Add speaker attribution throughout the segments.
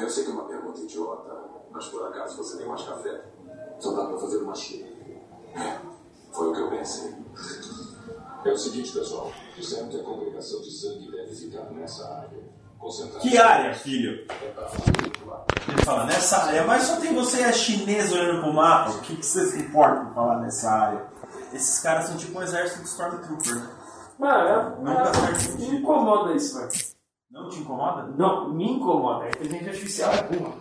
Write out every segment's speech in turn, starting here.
Speaker 1: Eu sei que é uma pergunta idiota, mas por acaso você tem mais café? Só dá pra fazer uma chia. É, foi o que eu pensei. É o seguinte, pessoal. Disseram que a congregação de sangue deve ficar nessa área. Concentração.
Speaker 2: Que área, filho?
Speaker 1: é pra falar.
Speaker 2: Ele fala, nessa área, mas só tem você e a chinesa olhando pro mapa. O que, que você se importa em falar nessa área? Esses caras são tipo um exército de Stormtrooper. né?
Speaker 3: Mano,
Speaker 2: Nunca faz
Speaker 3: é- me incomoda isso, mano.
Speaker 2: Não te incomoda?
Speaker 3: Não, me incomoda. A inteligência artificial é burra.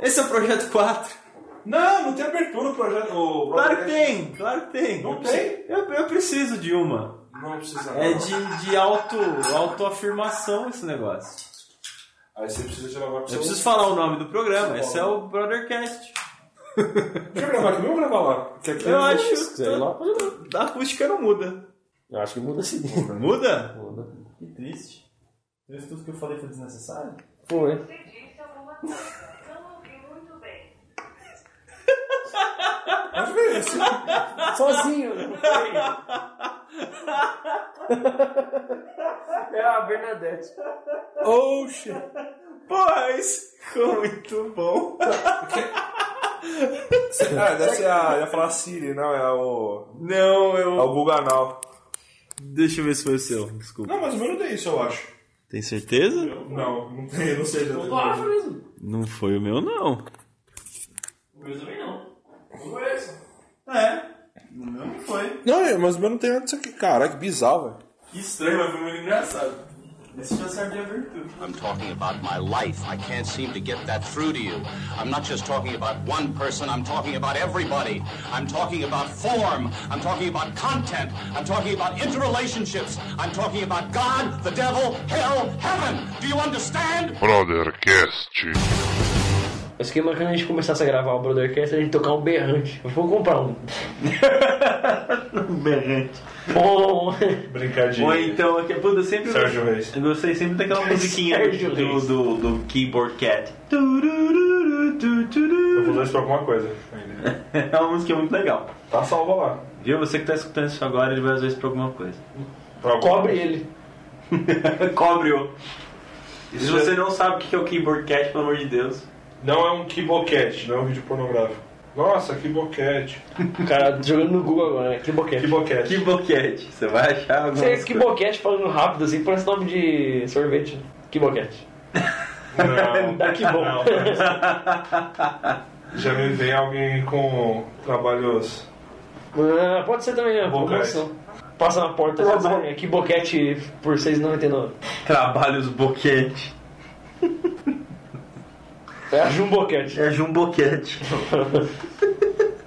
Speaker 4: Esse é o projeto 4.
Speaker 5: Não, não tem abertura o projeto. O
Speaker 4: Claro que tem, claro que tem.
Speaker 5: Não tem?
Speaker 4: Eu, eu preciso de uma.
Speaker 5: Não precisa.
Speaker 4: É
Speaker 5: não.
Speaker 4: de, de auto, autoafirmação esse negócio.
Speaker 5: Aí você precisa de gravar com
Speaker 4: Eu
Speaker 5: seu.
Speaker 4: preciso falar o nome do programa, esse é o Brothercast.
Speaker 5: Deixa eu gravar aqui, vamos gravar lá. Que aqui
Speaker 4: Eu
Speaker 5: não-
Speaker 4: acho.
Speaker 6: Sei lá, pode lá.
Speaker 4: A acústica não muda.
Speaker 6: Eu acho que muda sim.
Speaker 4: Muda?
Speaker 6: Muda.
Speaker 2: Que triste. Isso tudo que eu falei foi desnecessário?
Speaker 6: Foi.
Speaker 7: Você disse alguma então é coisa. Não ouvi muito bem.
Speaker 5: Às vezes.
Speaker 6: Sozinho.
Speaker 3: É a Bernadette.
Speaker 4: Oxe! Porra, isso ficou muito bom.
Speaker 5: Ah, deve ser a. Ia falar Siri, não, é o.
Speaker 4: Não,
Speaker 5: É
Speaker 4: eu.
Speaker 5: o Guganal.
Speaker 4: Deixa eu ver se foi o seu, desculpa.
Speaker 5: Não, mas o meu não tem isso, eu acho.
Speaker 4: Tem certeza?
Speaker 5: Não, não tem, não sei.
Speaker 3: Eu não acho mesmo.
Speaker 4: Não foi o meu, não.
Speaker 3: O meu também não. Não conheço.
Speaker 2: É. O meu não foi.
Speaker 5: Não, é, mas o meu não tem nada disso aqui. Caraca, que bizarro, velho.
Speaker 2: Que estranho, mas foi muito engraçado. Esse já serve de abertura.
Speaker 8: I'm talking about my life. I can't seem to get that through to you. I'm not just talking about one person, I'm talking about everybody. I'm talking about form. I'm talking about content. I'm talking about interrelationships. I'm talking about God, the devil, hell, heaven. Do you understand?
Speaker 9: Brothercast.
Speaker 10: Eu fiquei imaginando a gente começasse a gravar o Brothercast e a gente tocar um berrante. Eu vou comprar um.
Speaker 4: Um berrante.
Speaker 10: Bom.
Speaker 4: Ou
Speaker 5: Brincadinha.
Speaker 4: então, aqui, puta, eu sempre.
Speaker 5: Sérgio Reis.
Speaker 4: Eu gostei sempre daquela musiquinha
Speaker 10: Sérgio
Speaker 4: do, do,
Speaker 10: Reis.
Speaker 4: do, do Keyboard Cat.
Speaker 5: Eu vou usar isso pra alguma coisa. ainda.
Speaker 4: É uma música muito legal.
Speaker 5: Tá salva lá.
Speaker 4: Viu? Você que tá escutando isso agora, ele vai às vezes pra alguma coisa.
Speaker 5: Pra alguma-
Speaker 10: Cobre ele.
Speaker 4: Cobre-o.
Speaker 5: Isso
Speaker 4: Se
Speaker 5: já-
Speaker 4: você não sabe o que é o Keyboard Cat, pelo amor de Deus.
Speaker 5: Não é um kiboquete, não é um vídeo pornográfico. Nossa, kiboquete.
Speaker 10: O cara jogando no Google agora, né? Que boquete.
Speaker 5: Kiboquete.
Speaker 4: Keyboard Cat. Você vai achar alguma
Speaker 10: Você
Speaker 4: coisa.
Speaker 10: que boquete falando rápido assim, parece nome de sorvete. né? Que boquete.
Speaker 5: Não.
Speaker 10: Ah, que bom.
Speaker 5: Não. Já me vem alguém com trabalhos.
Speaker 10: Ah, pode ser também, né?
Speaker 5: Boquete.
Speaker 10: Promoção. Passa na porta, você
Speaker 4: Promoção.
Speaker 10: sabe, né? que boquete por 6,99.
Speaker 4: Trabalhos Boquete.
Speaker 10: É a Jumboquete.
Speaker 4: É Jumboquete.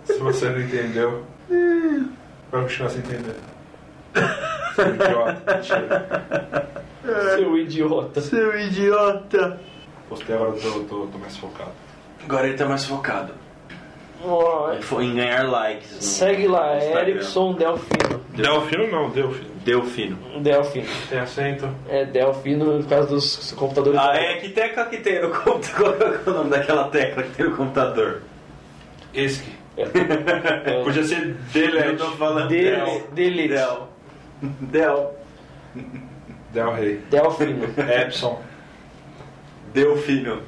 Speaker 5: Se você não entendeu, vai continuar sem entender. Seu idiota. Mentira.
Speaker 4: É.
Speaker 10: Seu idiota.
Speaker 4: Seu idiota.
Speaker 5: Postei agora, eu tô, tô, tô mais focado.
Speaker 4: Agora ele tá mais focado.
Speaker 10: Ó,
Speaker 4: Ele foi em ganhar likes. no
Speaker 10: Segue lá,
Speaker 4: Instagram.
Speaker 10: Erickson Delfino.
Speaker 5: Delfino não, Delfino.
Speaker 4: Delfino.
Speaker 10: Delfino.
Speaker 5: Tem acento.
Speaker 10: É Delfino por causa dos computadores.
Speaker 4: Ah, é? Que tecla que tem no computador? Qual é o nome daquela tecla que tem no computador?
Speaker 5: Esque.
Speaker 10: É.
Speaker 5: Podia ser Delete.
Speaker 4: falando
Speaker 10: Del- Delete.
Speaker 4: Del. Del.
Speaker 5: Del Rey.
Speaker 10: Delfino.
Speaker 5: Epson.
Speaker 4: Delfino.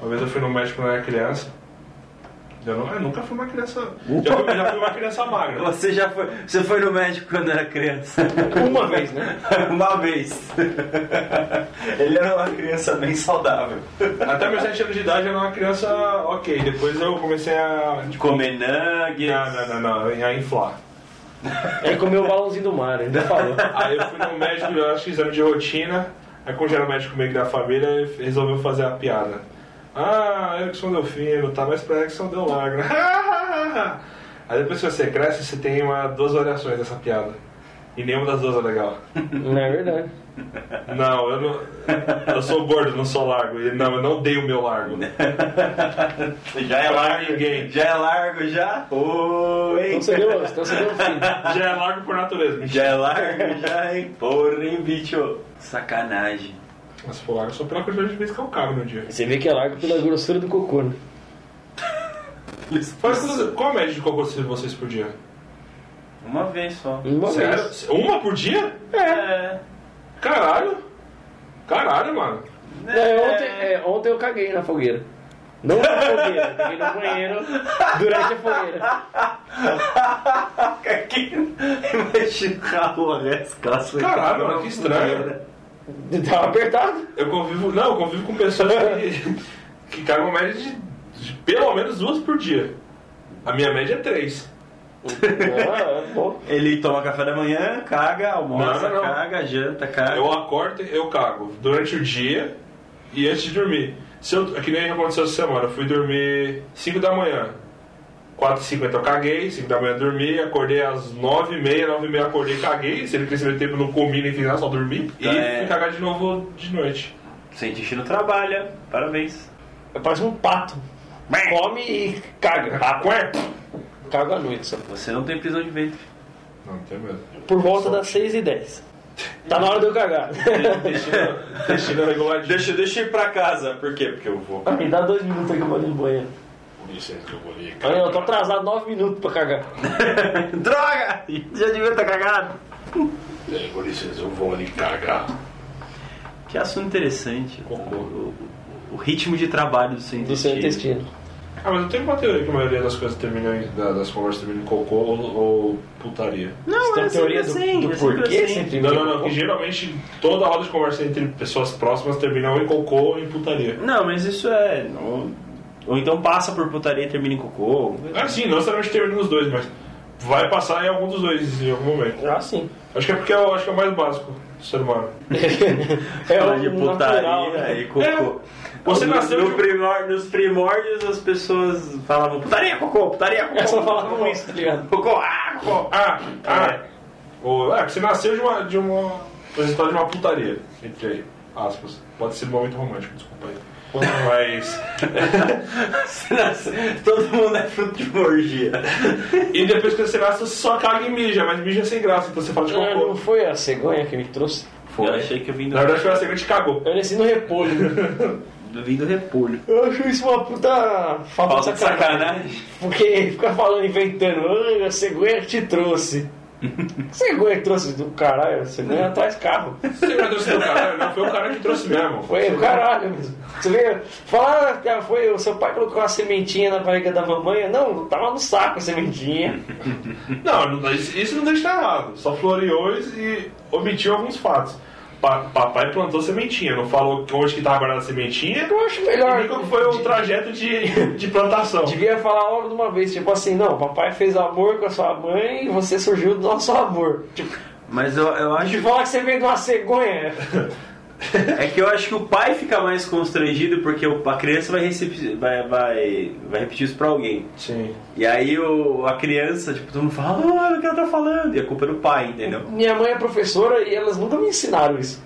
Speaker 5: Uma vez eu fui no médico quando eu era criança. Eu, não- eu nunca fui uma criança. Já fui, já fui uma criança magra.
Speaker 4: Você já foi. Você foi no médico quando era criança?
Speaker 10: Uma vez, né?
Speaker 4: Uma vez. Ele era uma criança bem saudável.
Speaker 5: Até meus 7 anos de idade eu era uma criança ok. Depois eu comecei a.
Speaker 4: De comer nuggets.
Speaker 5: Não, não, não, não, a inflar.
Speaker 10: Ele comeu o balãozinho do mar, ele não falou.
Speaker 5: Aí eu fui no médico, eu acho que exame de rotina. Aí, como já era médico meio que da família, ele resolveu fazer a piada. Ah, Erickson Delfino, tá mais pra Erickson Del Magro. Aí depois que você cresce, você tem uma, duas variações dessa piada. E nenhuma das duas é legal.
Speaker 10: Não é verdade.
Speaker 5: Não, eu não. Eu sou gordo, não sou largo. E Não, eu não dei o meu largo.
Speaker 4: Já é
Speaker 5: Pra
Speaker 4: largo.
Speaker 5: ninguém.
Speaker 4: Já é largo, já? Oi.
Speaker 10: Então você deu, então você deu fim.
Speaker 5: Já é largo por natureza.
Speaker 4: Já é largo, já, hein? Porra, hein, bicho? Sacanagem.
Speaker 5: Mas se for largo, só pela quantidade de vezes que eu cago no dia.
Speaker 10: Você vê que é largo pela grossura do cocô, né?
Speaker 5: Mas quantas- qual a média de cocô de vocês por dia? é-
Speaker 4: Uma vez só.
Speaker 10: Uma
Speaker 5: Sério?
Speaker 10: vez.
Speaker 5: Uma por dia?
Speaker 4: É.
Speaker 5: Caralho! Caralho, mano.
Speaker 10: É, ontem, é, ontem eu caguei na fogueira. Não na fogueira, eu caguei no banheiro durante a fogueira.
Speaker 4: Imagina o Raul Arres Castro.
Speaker 5: Caralho, mano,
Speaker 4: um
Speaker 5: que estranho.
Speaker 10: Tava apertado.
Speaker 5: Eu convivo. Não, eu convivo com pessoas que, que cagam média de, de pelo menos duas por dia. A minha média é três.
Speaker 10: Ah, é bom.
Speaker 4: Ele toma café da manhã, caga, almoça,
Speaker 5: Não, não, não.
Speaker 4: caga, janta, caga.
Speaker 5: Eu acordo, eu cago durante o dia e antes de dormir. Se eu, é que nem aconteceu essa semana, eu fui dormir 5 da manhã. 4h50 então eu caguei, 5 da manhã eu dormi, acordei às 9h30, 9h30 acordei e caguei. Se ele cresceu tempo, eu não comi nem fiz nada, só dormi.
Speaker 4: Tá,
Speaker 5: e
Speaker 4: é.
Speaker 5: fui cagar de novo de noite.
Speaker 4: Sem destino trabalha, parabéns.
Speaker 10: Parece um pato. Come e caga.
Speaker 5: Ah, quanto?
Speaker 10: Caga à noite, só.
Speaker 4: Você não tem prisão de ventre.
Speaker 5: Não, não tem medo.
Speaker 10: Por volta das 6 e 10 Tá na hora de eu cagar.
Speaker 5: Destino- Destino reguladinho.
Speaker 4: Deixa, deixa eu ir pra casa, por quê? Porque eu vou.
Speaker 10: Me dá dois minutos aí que eu vou ali no banheiro.
Speaker 5: Licença que eu vou ali,
Speaker 10: Olha,
Speaker 5: cara.
Speaker 10: eu tô atrasado 9 minutos pra cagar.
Speaker 4: Droga! Já devia estar cagado.
Speaker 5: É, Com licença, eu vou ali cagar.
Speaker 4: Que assunto interessante.
Speaker 5: Cocô.
Speaker 4: O, o- o ritmo de trabalho do seu
Speaker 10: Do
Speaker 4: intestino.
Speaker 10: seu intestino.
Speaker 5: Ah, mas eu tenho uma teoria que a maioria das coisas termina em, da- das conversas termina em cocô ou, ou putaria.
Speaker 4: Não,
Speaker 10: Você tem
Speaker 4: é
Speaker 10: a teoria do,
Speaker 4: sempre assim,
Speaker 10: do
Speaker 4: é sempre
Speaker 10: porquê
Speaker 4: assim.
Speaker 10: sempre né?
Speaker 5: Não, não, não, que geralmente toda roda de conversa entre pessoas próximas termina ou em cocô ou em putaria.
Speaker 4: Não, mas isso é. Ou, ou então passa por putaria e termina em cocô.
Speaker 5: É assim, não necessariamente termina nos dois, mas vai passar em algum dos dois em algum momento.
Speaker 10: Ah, sim.
Speaker 5: Acho que é porque eu acho que é o mais básico do ser humano.
Speaker 10: É
Speaker 4: Fala de
Speaker 10: um
Speaker 4: putaria
Speaker 10: natural, né?
Speaker 4: e cocô.
Speaker 5: É, Você
Speaker 4: No-
Speaker 5: nasceu
Speaker 4: no
Speaker 5: de- um
Speaker 4: primor- nos primórdios as pessoas falavam putaria, cocô, putaria, cocô.
Speaker 10: É só falar com isso, tá ligado?
Speaker 4: Cocô, ah, cocô.
Speaker 5: Ah, ah, ou, ah, que você nasceu de uma. de uma. resultado de uma putaria. Entre aí, aspas. Pode ser um momento romântico, desculpa aí. Mas.
Speaker 4: Todo mundo é fruto de uma orgia.
Speaker 5: E depois que você nasce, você só caga e mija, mas mija sem graça, então você fala de
Speaker 10: Ah,
Speaker 5: cocô.
Speaker 10: não foi a cegonha que me trouxe?
Speaker 4: Eu achei que eu vim do,
Speaker 5: Na verdade foi a segunda que cagou.
Speaker 10: Eu nasci no repolho. né?
Speaker 4: eu vim do repolho.
Speaker 10: Eu acho isso uma puta falta,
Speaker 4: Falta de sacanagem.
Speaker 10: Porque fica falando, inventando, "Ai, a cegonha te trouxe. cegonha que trouxe do caralho, a cegonha traz carro.
Speaker 5: Você não trouxe do caralho, não, foi o cara que trouxe mesmo.
Speaker 10: Foi o caralho mesmo. Você lembra? Falaram que foi o seu pai colocou uma sementinha na barriga da mamãe. Não, tava no saco a sementinha.
Speaker 5: Não, não- isso isso não deixa errado. Só floreou e omitiu alguns fatos. Pa- papai plantou sementinha, não falou onde que tava guardada a sementinha.
Speaker 10: Eu acho
Speaker 5: E
Speaker 10: melhor.
Speaker 5: nem qual foi o trajeto de, de plantação.
Speaker 10: Devia falar logo de uma vez, tipo assim, não, papai fez amor com a sua mãe e você surgiu do nosso amor. Tipo,
Speaker 4: Mas eu, eu
Speaker 10: de
Speaker 4: acho.
Speaker 10: falar que você veio de uma cegonha.
Speaker 4: É que eu acho que o pai fica mais constrangido porque o- a criança vai, recep- vai, vai, vai repetir isso pra alguém.
Speaker 5: Sim.
Speaker 4: E aí o, a criança, tipo, todo mundo fala, ah, olha o que ela tá falando. E a culpa é do pai, entendeu?
Speaker 10: Minha mãe é professora e elas nunca me ensinaram isso.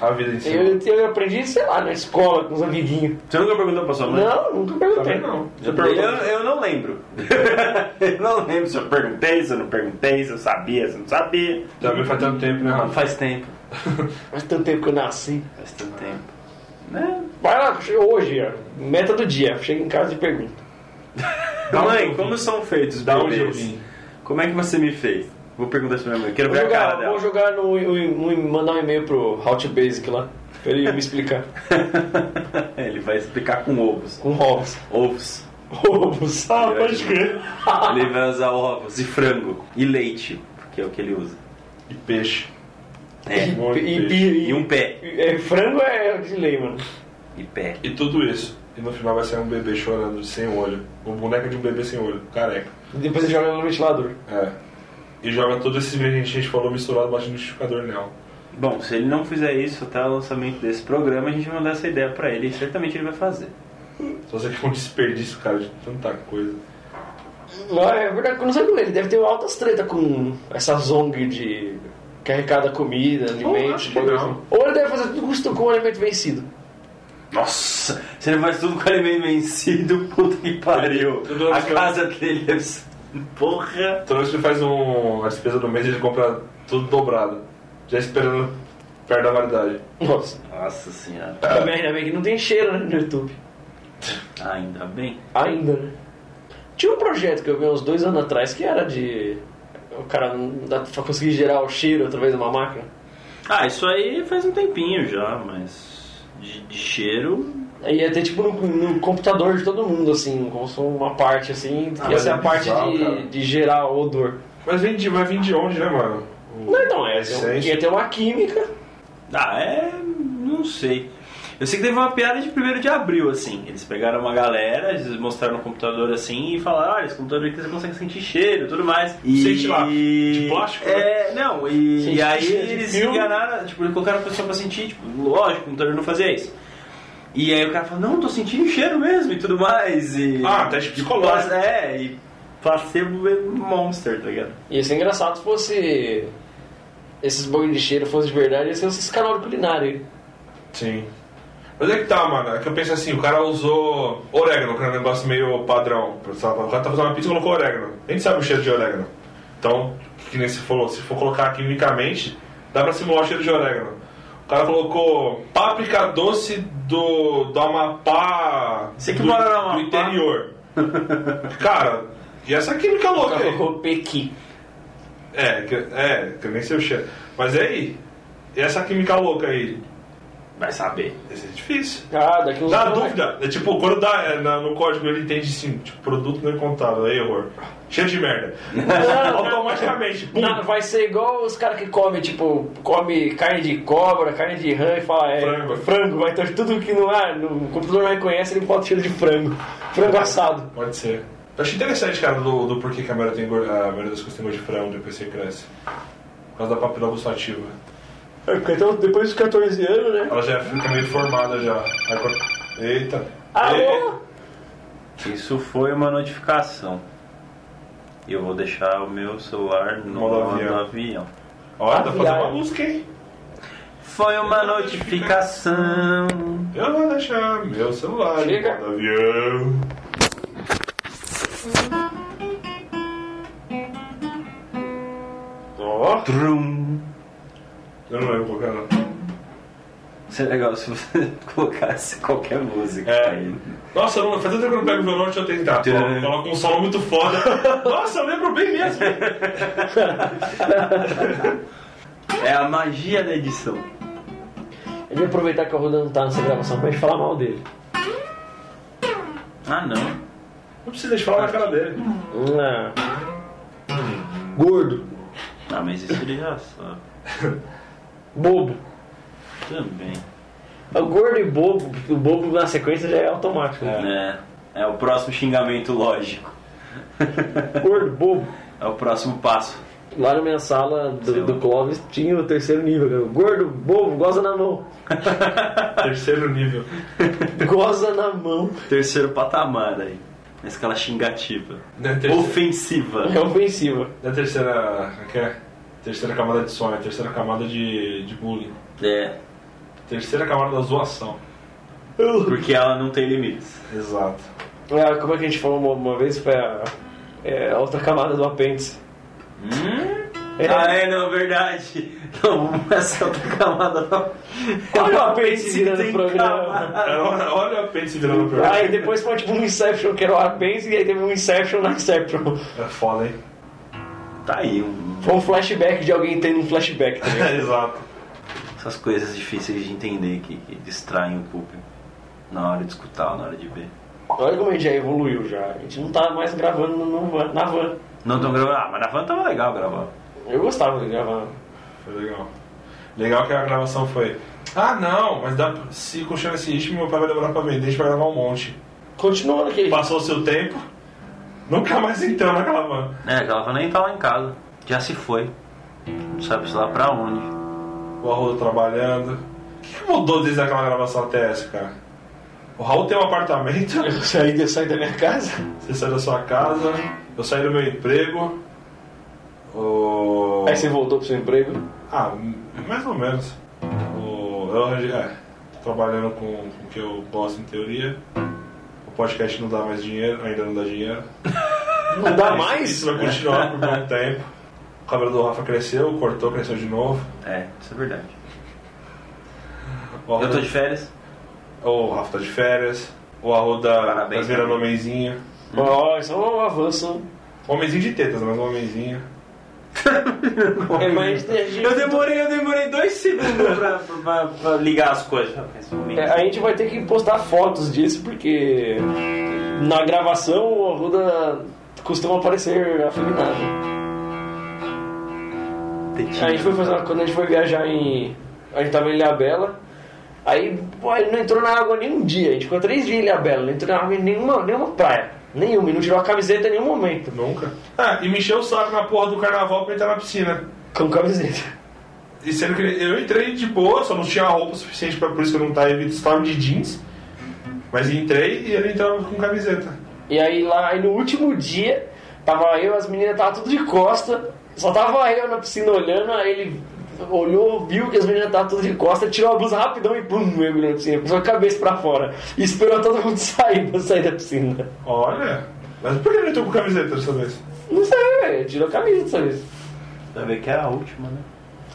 Speaker 5: A vida em si.
Speaker 10: Eu, eu aprendi, sei lá, na escola, com os amiguinhos.
Speaker 4: Você nunca perguntou pra sua mãe?
Speaker 10: Não, nunca perguntei.
Speaker 5: Também não.
Speaker 4: Eu, eu não lembro. eu não lembro se eu perguntei, se eu não perguntei, se eu sabia, se eu não sabia.
Speaker 5: Também faz tanto tempo, né,
Speaker 4: Não
Speaker 5: Rafa?
Speaker 4: faz tempo.
Speaker 5: é.
Speaker 10: Faz tanto tempo que eu nasci.
Speaker 4: Faz tanto tempo. Né?
Speaker 10: Vai lá, chega hoje, ó. meta do dia. Chega em casa e pergunta.
Speaker 4: Mãe, como são feitos
Speaker 5: Da onde eu
Speaker 4: bebês?
Speaker 5: vim?
Speaker 4: um Como é que você me fez? Vou perguntar isso pra minha mãe. Quero
Speaker 10: Vou
Speaker 4: ver a cara
Speaker 10: jogar, vou
Speaker 4: dela.
Speaker 10: jogar no, no- no- mandar um e-mail pro How to Basic lá. Pra ele me explicar.
Speaker 4: Ele vai explicar com ovos.
Speaker 10: Com ovos.
Speaker 4: Ovos.
Speaker 10: Ovos. Ah,
Speaker 4: pode
Speaker 10: crer.
Speaker 4: Ele vai usar ovos e frango e leite, porque é o que ele usa.
Speaker 5: De peixe.
Speaker 4: É.
Speaker 5: monte de
Speaker 10: E,
Speaker 5: peixe.
Speaker 10: e,
Speaker 4: E um pé.
Speaker 10: é, frango é de lei, mano.
Speaker 4: E pé.
Speaker 5: E tudo isso. E no final vai sair um bebê chorando sem olho. Uma boneca de um bebê sem olho, careca.
Speaker 10: E depois ele joga no ventilador.
Speaker 5: É. E joga todo esse ingrediente que a gente falou misturado baixo no liquidificador né, nela.
Speaker 4: Bom, se ele não fizer isso até o lançamento desse programa, a gente vai mandar essa ideia pra ele e certamente ele vai fazer.
Speaker 5: Só sei que foi um desperdício, cara, de tanta coisa.
Speaker 10: Não, é verdade, que eu não sei como ele deve ter altas treta com essas ONG de que arrecada comida, alimentos,
Speaker 5: acho que
Speaker 10: bagulho
Speaker 5: não.
Speaker 10: assim. Ou ele deve fazer tudo custo com o alimento vencido.
Speaker 4: Nossa, se ele faz tudo com ele meio vencido, puta que pariu.
Speaker 5: Tudo
Speaker 4: A
Speaker 5: bem.
Speaker 4: casa dele é deve ser. Porra!
Speaker 5: Toda vez que ele faz um, a despesa do mês, ele compra tudo dobrado. Já esperando perto da validade.
Speaker 10: Nossa,
Speaker 4: Nossa senhora.
Speaker 10: também ainda bem que não tem cheiro né, no YouTube.
Speaker 4: Ah, Ainda bem.
Speaker 10: Ainda, né? Tinha um projeto que eu vi uns dois anos atrás que era de. O cara não dá pra conseguir gerar o cheiro através de uma máquina.
Speaker 4: Ah, isso aí faz um tempinho já, mas. de, de cheiro.
Speaker 10: Aí ia ter tipo no, no computador de todo mundo, assim, como se fosse uma parte assim, que ia
Speaker 5: mas
Speaker 10: ser
Speaker 5: é
Speaker 10: a parte
Speaker 5: bizarro, cara.
Speaker 10: de, de gerar odor.
Speaker 5: Mas vem de, vai vir de onde, né, mano?
Speaker 10: Não, então, é,
Speaker 5: Essência.
Speaker 10: ia ter uma química.
Speaker 4: Ah, é. Não sei. Eu sei que teve uma piada de 1 de abril, assim. Eles pegaram uma galera, eles mostraram no computador assim e falaram: olha, esse computador aqui você consegue sentir cheiro e tudo mais. E...
Speaker 5: Sente lá, de plástico,
Speaker 4: É, não, e,
Speaker 10: Sente
Speaker 4: e aí
Speaker 10: cheiro de
Speaker 4: eles
Speaker 10: filme.
Speaker 4: enganaram, tipo, eles colocaram a pessoa pra sentir, tipo, lógico, o computador não fazia isso. E aí o cara falou: não, tô sentindo cheiro mesmo e tudo mais. E...
Speaker 5: Ah, teste psicológico.
Speaker 4: É, e placebo é monster, tá ligado?
Speaker 10: Ia ser engraçado se fosse. Esses banhos de cheiro fossem de verdade, ia ser esses canal culinário.
Speaker 5: Sim. Mas é que tá, mano. É que eu penso assim, o cara usou orégano, que é um negócio meio padrão. sabe? O cara tá fazendo uma pizza e colocou orégano. Nem sabe o cheiro de orégano. Então, que nem você falou, se for colocar quimicamente, dá pra simular o cheiro de orégano. O cara colocou páprica doce do, do Amapá.
Speaker 4: Você que
Speaker 5: do,
Speaker 4: mora no Amapá.
Speaker 5: do interior. cara, e essa química louca aí?
Speaker 10: Colocou pequi.
Speaker 5: É, que, é, que eu nem sei o cheiro. Mas e aí? E essa química louca aí?
Speaker 4: Vai saber.
Speaker 5: Esse é difícil.
Speaker 10: Ah, daqui uns
Speaker 5: Dá
Speaker 10: anos-
Speaker 5: dúvida. É tipo, quando dá é, na- no código ele entende assim, tipo, produto não encontrado, é erro. Cheio de merda. Automaticamente, pum.
Speaker 10: Não, vai ser igual os caras que comem, tipo, come carne de cobra, carne de rã e fala, é,
Speaker 5: Frango.
Speaker 10: vai ter tudo que não há, no o computador não reconhece, ele bota cheiro de frango. Frango assado.
Speaker 5: Pode ser. Eu achei interessante, cara, do, do porquê que a maioria, tem, gor- a maioria das coisas tem gosto de frango depois que você cresce. Por causa da papila gustativa.
Speaker 10: É, porque então, depois dos 14 anos, né?
Speaker 5: Ela já fica meio formada já. Agora... Eita.
Speaker 10: Alô?
Speaker 4: Isso foi uma notificação. E eu vou deixar o meu celular no
Speaker 5: Modo
Speaker 4: modo
Speaker 5: avião.
Speaker 4: avião.
Speaker 5: Olha, dá pra fazer uma
Speaker 10: Viagem.
Speaker 5: música, hein?
Speaker 4: Foi uma notificação.
Speaker 5: Eu vou deixar meu celular
Speaker 10: Chega.
Speaker 5: no avião. Ó,
Speaker 4: Trum.
Speaker 5: eu não lembro qual que era.
Speaker 4: Seria é legal se você colocasse qualquer música
Speaker 5: É.
Speaker 4: aí.
Speaker 5: Nossa, eu não, faz tanto tempo que eu não pego o violão, deixa eu tentar. Coloca coloca um solo muito foda. Nossa, eu lembro bem mesmo.
Speaker 4: É a magia da edição.
Speaker 10: Eu vou aproveitar que o Rodan não tá nessa gravação pra gente falar mal dele.
Speaker 4: Ah, não.
Speaker 5: Não precisa deixar falar na cara dele.
Speaker 10: Ah. Gordo.
Speaker 4: Ah, mas isso ele já sabe.
Speaker 10: Bobo. É
Speaker 4: Também.
Speaker 10: O gordo e bobo, o bobo na sequência já é automático. né?
Speaker 4: É. É o próximo xingamento lógico.
Speaker 10: Gordo, bobo.
Speaker 4: É o próximo passo.
Speaker 10: Lá na minha sala do, do Clóvis tinha o terceiro nível, cara. Gordo, bobo, goza na mão.
Speaker 5: Terceiro nível.
Speaker 10: Goza na mão.
Speaker 4: Terceiro patamar aí. Na escala xingativa.
Speaker 5: Não é terceiro-
Speaker 4: Ofensiva.
Speaker 10: É ofensiva.
Speaker 5: não é terceira. como é que é? Terceira camada de sonho, terceira camada de, de bullying.
Speaker 4: É.
Speaker 5: Terceira camada da zoação.
Speaker 4: Porque ela não tem limites.
Speaker 5: Exato.
Speaker 10: É, como é que a gente falou uma, uma vez? Foi a, é, a outra camada do apêndice. É.
Speaker 4: Ah, é, não, verdade. Não, essa outra camada não.
Speaker 10: Olha o apêndice
Speaker 4: Tem
Speaker 10: virando o programa.
Speaker 4: camada.
Speaker 5: É, Olha, olha a pente virando o programa.
Speaker 10: Aí depois foi tipo um Inception que era o apêndice, e aí teve um Inception na Inception.
Speaker 5: É foda, hein?
Speaker 4: Tá aí, um-
Speaker 10: Foi um flashback de alguém tendo um flashback. Tá?
Speaker 5: É, Exato.
Speaker 4: essas coisas difíceis de entender que, que distraem o público na hora de escutar, na hora de ver.
Speaker 10: Olha como a gente já evoluiu já. A gente não tá mais gravando no- no van- na van.
Speaker 4: Não tão gravando. Ah, mas na van tava legal gravar.
Speaker 10: Eu gostava de gravar.
Speaker 5: Foi legal. Legal que a gravação foi. Ah não, mas dá, se continuar esse ritmo, meu pai vai demorar pra vender, a gente vai gravar um monte.
Speaker 10: Continua naquele.
Speaker 5: Passou o seu tempo, nunca mais entrou naquela van.
Speaker 4: É, aquela van nem tá lá em casa. Já se foi. Não sabe se lá pra onde.
Speaker 5: O Raul tá trabalhando. O que que mudou desde aquela gravação até essa, cara? O Raul tem um apartamento,
Speaker 10: Eu saí, eu saí da minha casa.
Speaker 5: você sai da sua casa, eu saí do meu emprego. O...
Speaker 10: Aí você voltou pro seu emprego.
Speaker 5: Ah, mais ou menos. O- Eu arranjei- é, tô trabalhando com com o que eu gosto em teoria. O podcast não dá mais dinheiro, ainda não dá dinheiro.
Speaker 10: Não dá mais?
Speaker 5: Isso vai continuar por um bom tempo. O cabelo do Rafa cresceu, cortou, cresceu de novo.
Speaker 4: É, isso é verdade.
Speaker 5: O Rafa,
Speaker 4: Eu tô de férias.
Speaker 5: o Rafa tá de férias. O Arruda tá
Speaker 4: Parabéns, né?
Speaker 5: virando
Speaker 4: amigo.
Speaker 5: homenzinho.
Speaker 10: Ó, isso é um avanço.
Speaker 5: Homenzinho de tetas, mas um homenzinho.
Speaker 10: É, mas a gente,
Speaker 4: Eu um demorei, eu demorei dois segundos pra, pra- pra ligar as coisas. Ah, mas um
Speaker 10: é,
Speaker 4: minuto.
Speaker 10: a gente vai ter que postar fotos disso, porque na gravação o Arruda costuma aparecer afeminado. A gente foi fazer uma, quando a gente foi viajar em. A gente tava em Ilhabela. Aí, pô, ele não entrou na água nem um dia. A gente ficou três dias em Ilhabela, não entrou na água em nenhuma, nenhuma praia. Nenhuma, e não tirou a camiseta em nenhum momento.
Speaker 5: Nunca. Ah, e me encheu o saco na porra do carnaval pra entrar na piscina.
Speaker 10: Com camiseta.
Speaker 5: E sendo que eu entrei de boa, só não tinha roupa suficiente pra por isso que eu não tava evitando, estava de jeans. Mas entrei e ele entrava com camiseta.
Speaker 10: E aí lá, aí no último dia, tava eu, as meninas tava tudo de costa, só tava eu na piscina olhando, aí ele olhou, viu que as meninas estavam tudo de costa, tirou a blusa rapidão e pum, mergulhou na piscina, puxou a cabeça pra fora. E esperou todo mundo sair pra sair da piscina.
Speaker 5: Olha, mas por que ele entrou com camiseta dessa vez?
Speaker 10: Não sei, velho, tirou a camisa dessa vez.
Speaker 4: Vai ver que é a última, né?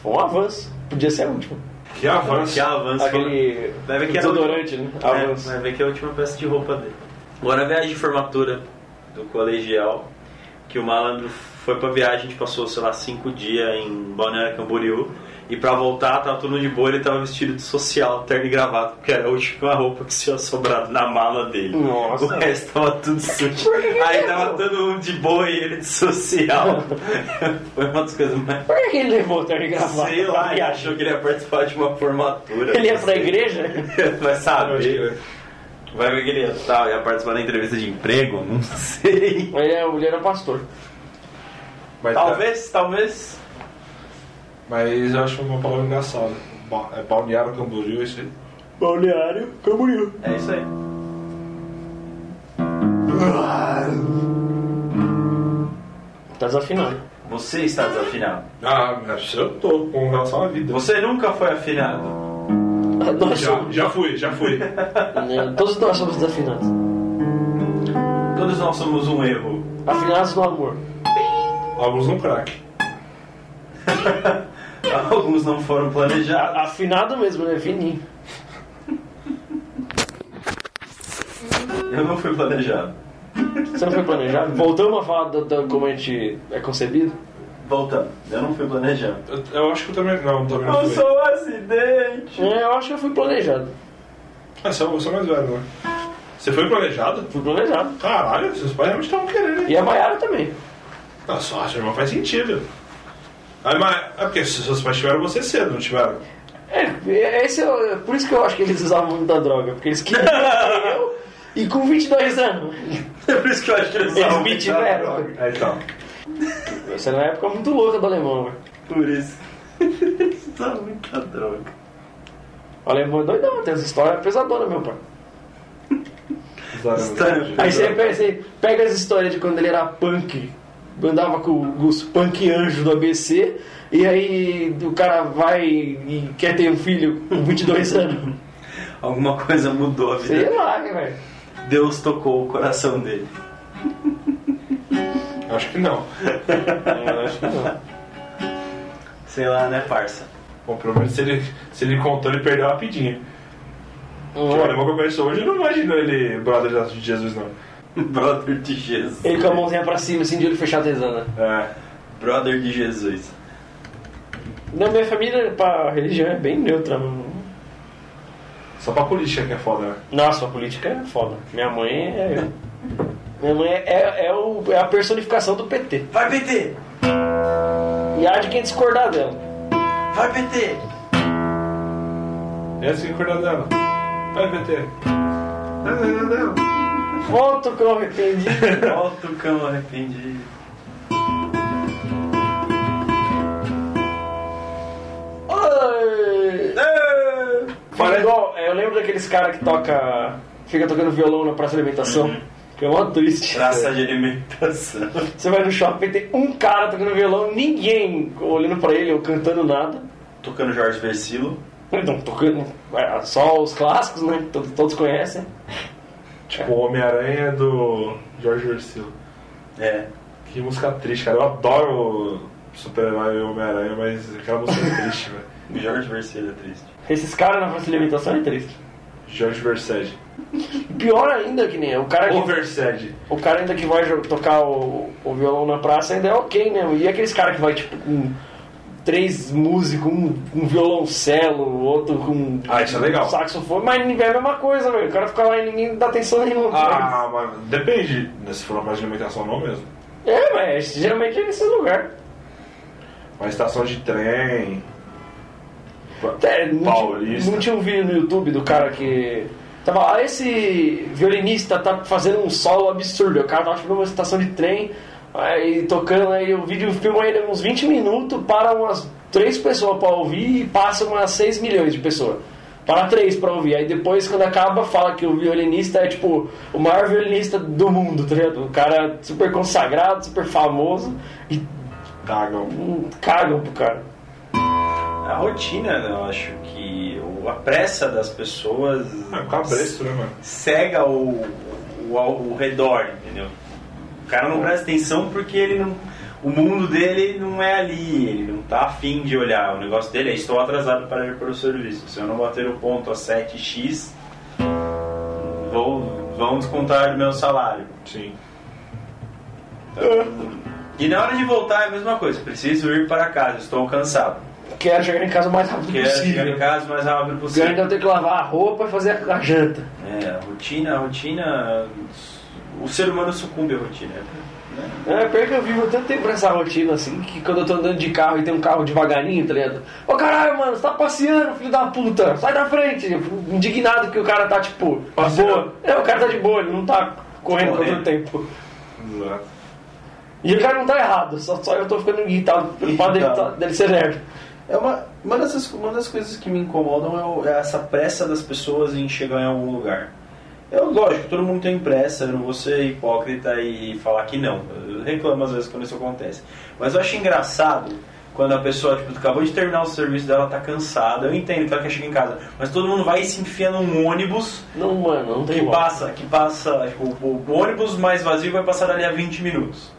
Speaker 10: Foi um avanço, podia ser a última.
Speaker 5: Que avanço.
Speaker 4: Que é avanço.
Speaker 10: Aquele
Speaker 4: Vai ver que é a última.
Speaker 10: desodorante, né?
Speaker 4: É,
Speaker 10: Avanço.
Speaker 4: vai ver que é a última peça de roupa dele. Agora a viagem de formatura do colegial, que o malandro foi pra viagem, a gente passou, sei lá, cinco dias em Balneário Camboriú. E pra voltar, tava todo mundo de boa, ele tava vestido de social, terno e gravata, porque era a última roupa que tinha sobrado na mala dele.
Speaker 10: Nossa.
Speaker 4: O resto tava tudo sujo. Aí tava todo mundo de boa e ele de social. foi uma das coisas mais...
Speaker 10: Por que que ele levou tá o terno e gravata?
Speaker 4: Sei lá, ele achou que ele ia participar de uma formatura.
Speaker 10: Ele ia
Speaker 4: não
Speaker 10: pra
Speaker 4: sei.
Speaker 10: igreja?
Speaker 4: Vai saber. Vai ver que ele ia, tá, ia participar da entrevista de emprego? Não sei.
Speaker 10: Ele é, ele era pastor.
Speaker 5: Mas, tá-
Speaker 4: Talvez, talvez.
Speaker 5: mas eu acho uma palavra engraçada. Ba- É balneário Camboriú, isso aí.
Speaker 10: Balneário Camboriú.
Speaker 4: É isso aí.
Speaker 10: Tá desafinando.
Speaker 4: Você está desafinado.
Speaker 5: Ah, mas eu tô com relação à vida.
Speaker 4: Você nunca foi afinado. Hum,
Speaker 10: Nós
Speaker 5: Já,
Speaker 10: somos,
Speaker 5: já fui, já fui.
Speaker 10: né, todos nós somos desafinados.
Speaker 4: Todos nós somos um erro.
Speaker 10: Afinados no amor.
Speaker 5: Alguns no crack.
Speaker 4: Alguns não foram planejados.
Speaker 10: Afinado mesmo, né? Fininho.
Speaker 4: Eu não fui planejado.
Speaker 10: Você não foi planejado? Voltamos a falar do, do- como a gente é concebido?
Speaker 4: Voltando, eu não fui planejado.
Speaker 5: Eu, eu acho que eu também. Não, também não fui.
Speaker 4: um acidente.
Speaker 10: É, eu acho que eu fui planejado.
Speaker 5: Ah, você é você é mais velho, né? Você foi planejado?
Speaker 10: Fui planejado.
Speaker 5: Caralho, seus pais realmente estavam querendo, hein?
Speaker 10: E a Maiara também.
Speaker 5: Ah, só acho que não faz sentido. Ah, mas é porque se seus pais tiveram você cedo, não tiveram?
Speaker 10: É, é- esse é, o- é por isso que eu acho que eles usavam muito da droga. Porque eles queriam ter eu e com 22 anos.
Speaker 4: É por isso que eu acho que eles
Speaker 10: Eles
Speaker 4: estavam
Speaker 10: me tiveram.
Speaker 5: É, então.
Speaker 10: Essa era é uma época muito louca do alemão, né? velho.
Speaker 4: Por isso. Eles usavam muita droga.
Speaker 10: O alemão é doidão, tem essa história pesadona, meu pai. Aí você pensa, pega as histórias de quando ele era punk, andava com os punk anjo do ABC, e aí o cara vai e quer ter um filho com 22 anos.
Speaker 4: Alguma coisa mudou a vida.
Speaker 10: Sei
Speaker 5: Uhum.
Speaker 10: lá, né, velho.
Speaker 4: Deus tocou o coração dele.
Speaker 5: Acho que não.
Speaker 4: Sei lá, né, parça?
Speaker 5: Bom, pelo menos se ele, se ele contou, ele perdeu rapidinho. Porque o alemão que eu conheço hoje, eu não imagino ele brother de Jesus, não.
Speaker 4: Brother de Jesus.
Speaker 10: Ele com a mãozinha pra cima, assim, de olho fechado, rezando.
Speaker 5: É.
Speaker 4: Brother de Jesus.
Speaker 10: Na minha família, pra religião, é bem neutra. mano.
Speaker 5: Só pra política que é foda, né?
Speaker 10: Nossa, a política é foda. Minha mãe é... Minha mãe é, é, o, é a personificação do PT.
Speaker 4: Vai PT!
Speaker 10: E há de quem discordar dela.
Speaker 4: Vai PT!
Speaker 5: É assim que cuidar dela. Vai, PT.
Speaker 10: Volta que eu arrependi.
Speaker 4: Volta o cão arrependido.
Speaker 10: Oi! Fala igual, é, eu lembro daqueles caras que toca. fica tocando violão na praça de alimentação. Que é mó triste.
Speaker 4: Praça de alimentação.
Speaker 10: Você vai no shopping e tem um cara tocando violão, ninguém olhando pra ele ou cantando nada.
Speaker 4: Tocando Jorge Versilo.
Speaker 10: Não, tocando. é, Só os clássicos, né? Todos, todos conhecem.
Speaker 5: Tipo, o Homem-Aranha do Jorge Versilo.
Speaker 4: É.
Speaker 5: Que música triste, cara. Eu adoro o Super-Herói e o Homem-Aranha, mas aquela música é triste, velho.
Speaker 4: Jorge Versilo é triste.
Speaker 10: Esses caras na praça de alimentação é triste.
Speaker 5: Jorge Versed.
Speaker 10: Pior ainda que nem o cara que,
Speaker 5: Oversed.
Speaker 10: o cara ainda que vai jo- tocar o, o violão na praça ainda é ok, né? E aqueles caras que vai tipo com três músicos, um, um violoncelo, outro com um
Speaker 5: Ah, isso é legal.
Speaker 10: saxofone, mas ninguém é a mesma coisa, velho. O cara fica lá e ninguém dá atenção nenhuma.
Speaker 5: Ah, mas depende. né, Se for uma mais alimentação, não mesmo.
Speaker 10: É, mas geralmente é nesse lugar.
Speaker 5: Uma estação de trem.
Speaker 10: É, não,
Speaker 5: Paulista.
Speaker 10: Tinha, não tinha um vídeo no YouTube do cara que. Tava, ah, esse violinista tá fazendo um solo absurdo. O cara tava chegando numa estação de trem, aí tocando, aí o vídeo filma ele uns 20 minutos, para umas 3 pessoas pra ouvir e passa umas 6 milhões de pessoas. Para três pra ouvir. Aí depois, quando acaba, fala que o violinista é tipo o maior violinista do mundo, tá ligado? Um cara super consagrado, super famoso e
Speaker 5: Cagam.
Speaker 10: hum, cagam pro cara.
Speaker 4: A rotina, né, eu acho que o- a pressa das pessoas
Speaker 5: É um cabresto, né, mano?
Speaker 4: cega o, o, ao- o redor, entendeu? O cara não presta atenção porque ele não. O mundo dele não é ali, ele não tá afim de olhar. O negócio dele é estou atrasado para ir para o serviço. Se eu não bater o ponto a 7x, vou, vão descontar do meu salário.
Speaker 5: Sim.
Speaker 4: E na hora de voltar é a mesma coisa, preciso ir para casa, estou cansado. é
Speaker 10: Quero chegar em casa o mais rápido
Speaker 4: Quero
Speaker 10: possível.
Speaker 4: chegar em casa o mais rápido
Speaker 10: O grande
Speaker 4: possível.
Speaker 10: eu tenho que lavar a roupa e fazer a janta.
Speaker 4: É, a rotina, a rotina. O ser humano sucumbe à rotina.
Speaker 10: É, pior que eu vivo tanto tempo nessa rotina assim, que quando eu tô andando de carro e tem um carro devagarinho, tá ligado? Ô caralho, mano, você tá passeando, filho da puta, sai da frente. Eu fico Indignado que o cara tá tipo, de
Speaker 5: Passeando.
Speaker 10: boa. É, o cara tá de boa, ele não tá correndo contra o
Speaker 4: Correndo.
Speaker 10: tempo.
Speaker 5: Exato.
Speaker 10: E o cara não tá errado, só, só eu tô ficando irritado pelo fato dele, tá- dele ser nerd.
Speaker 4: É uma, uma, dessas, uma das coisas que me incomodam é, o- é essa pressa das pessoas em chegar em algum lugar. É lógico, todo mundo tem pressa, eu não vou ser hipócrita e falar que não. Eu reclamo às vezes quando isso acontece. Mas eu acho engraçado quando a pessoa tipo, acabou de terminar o serviço dela, tá cansada, eu entendo que ela quer chegar em casa, mas todo mundo vai e se enfia num ônibus
Speaker 10: Não, mano, não tem
Speaker 4: que
Speaker 10: igual.
Speaker 4: passa, que passa, tipo, o, o ônibus mais vazio vai passar dali a 20 minutos.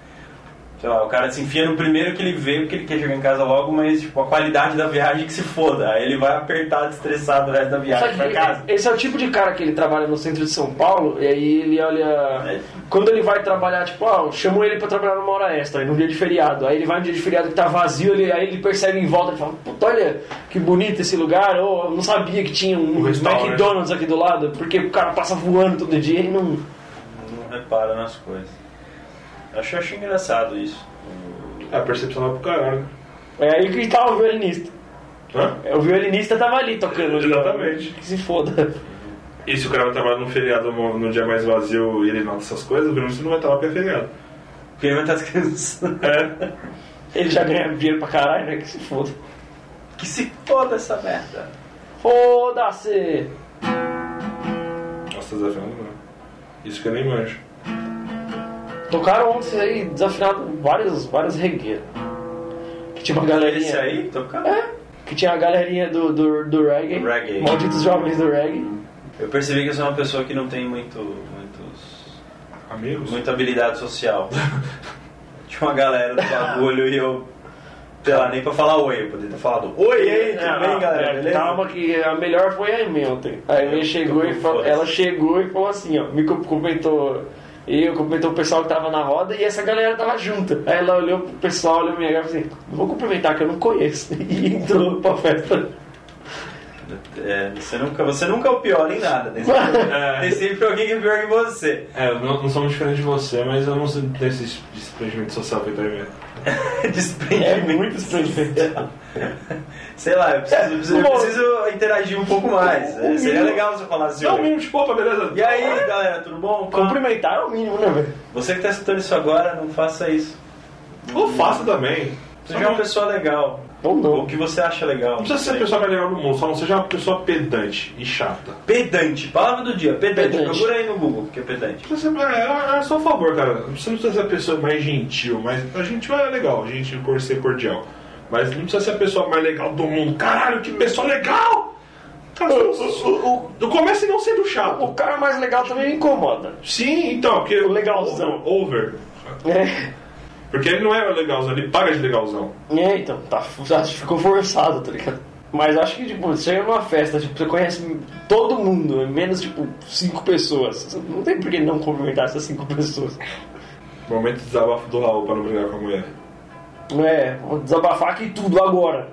Speaker 4: Sei lá, o cara se enfia no primeiro que ele vê, porque ele quer chegar em casa logo, mas tipo, a qualidade da viagem que se foda. Aí ele vai apertado, estressado o resto da
Speaker 10: Só
Speaker 4: viagem
Speaker 10: que
Speaker 4: pra casa.
Speaker 10: Esse é o tipo de cara que ele trabalha no centro de São Paulo, e aí ele
Speaker 4: É.
Speaker 10: olha. Quando ele vai trabalhar, tipo, ó, chamou ele pra trabalhar numa hora extra, num dia de feriado. Aí ele vai num dia de feriado que tá vazio, ele, aí ele percebe em volta e fala, puta, olha que bonito esse lugar, ou eu não sabia que tinha um,
Speaker 5: Um restaurante.
Speaker 10: McDonald's aqui do lado, porque o cara passa voando todo dia e não.
Speaker 4: Não repara nas coisas. Eu acho, eu acho engraçado isso.
Speaker 5: É, a percepção vai pro caralho. né?
Speaker 10: É aí que tá o violinista.
Speaker 5: Hã?
Speaker 10: É, O violinista tava ali tocando. ali, ó.
Speaker 5: Exatamente.
Speaker 10: Que se foda.
Speaker 5: E se o cara vai trabalhar num feriado no, no dia mais vazio e ele nota essas coisas, o Bruno não vai estar lá porque é feriado.
Speaker 4: Porque ele vai estar descansando.
Speaker 5: É.
Speaker 10: Ele já ganha dinheiro pra caralho, né? Que se foda.
Speaker 4: Que se foda essa merda.
Speaker 10: Foda-se!
Speaker 5: Nossa, tá desafiando, né? Isso que eu nem manjo.
Speaker 10: Tocaram ontem aí, desafinado várias, várias regueiras. Que tinha uma galerinha.
Speaker 4: Esse aí, tocando.
Speaker 10: Que tinha a galerinha do, do, do reggae.
Speaker 4: Reggae.
Speaker 10: Malditos jovens do reggae.
Speaker 4: Eu percebi que eu sou uma pessoa que não tem muito, muitos
Speaker 5: Amigos?
Speaker 4: muita habilidade social. Tinha uma galera do bagulho e eu. Sei lá, nem pra falar oi, eu poderia ter falado oi, ei, tudo bem, galera,
Speaker 10: é,
Speaker 4: beleza?
Speaker 10: Calma que a melhor foi a Amy ontem. A Amy chegou e falou,
Speaker 4: foda-se.
Speaker 10: ela chegou e falou assim, ó, me cum- cumprimentou eu, cumprimentou o pessoal que tava na roda e essa galera tava junta. Aí ela olhou pro pessoal, olhou minha cara e falou assim, não vou cumprimentar que eu não conheço. E entrou pra festa.
Speaker 4: É, você, nunca, você nunca é o pior em nada, né? Tem sempre alguém que é pior que você.
Speaker 5: É, eu não, não sou muito diferente de você, mas eu não sei desse desprendimento social que eu tenho mesmo.
Speaker 10: É
Speaker 4: Desprendimento.
Speaker 10: muito desprendimento.
Speaker 4: Sei lá, eu preciso, eu preciso- eu
Speaker 10: Bom.
Speaker 4: preciso interagir um pouco mais. É, seria
Speaker 5: mínimo-
Speaker 4: legal se eu falasse
Speaker 5: Não,
Speaker 4: oi.
Speaker 5: mesmo, tipo, opa, beleza.
Speaker 4: E aí, galera, tudo bom? Pá.
Speaker 10: Cumprimentar é o mínimo, né, velho?
Speaker 4: Você que tá escutando isso agora, não faça isso.
Speaker 5: Ou faça também. Só um
Speaker 4: Seja uma
Speaker 5: não, não
Speaker 4: pessoa legal.
Speaker 10: Ou
Speaker 4: Ou o
Speaker 10: não.
Speaker 4: que você acha legal.
Speaker 5: precisa ser a pessoa mais legal do mundo, só não seja uma pessoa pedante e chata.
Speaker 4: Pedante, palavra do dia, pedante.
Speaker 10: Pedante.
Speaker 4: Procura aí no Google, que é pedante.
Speaker 5: Precisa ser, é, é, é só um favor, cara. Você não precisa ser a pessoa mais gentil, mas a gente é legal, a gente por ser cordial. Mas não precisa ser a pessoa mais legal do mundo. Caralho, que pessoa legal! Cara, eu, eu, eu comece não sendo
Speaker 10: O
Speaker 5: chato.
Speaker 10: cara mais legal também me incomoda.
Speaker 5: Sim, então, porque.
Speaker 10: O legalzão.
Speaker 5: Over.
Speaker 10: É,
Speaker 5: Porque ele não é legalzão, ele paga de legalzão.
Speaker 10: é então, tá, já ficou forçado, tá ligado? Mas acho que, tipo, você chega numa festa, tipo, você conhece todo mundo, menos, tipo, cinco pessoas. Não tem por que não cumprimentar essas cinco pessoas.
Speaker 5: Momento de desabafo do Raul pra não brigar com a mulher.
Speaker 10: É, vou desabafar aqui tudo agora.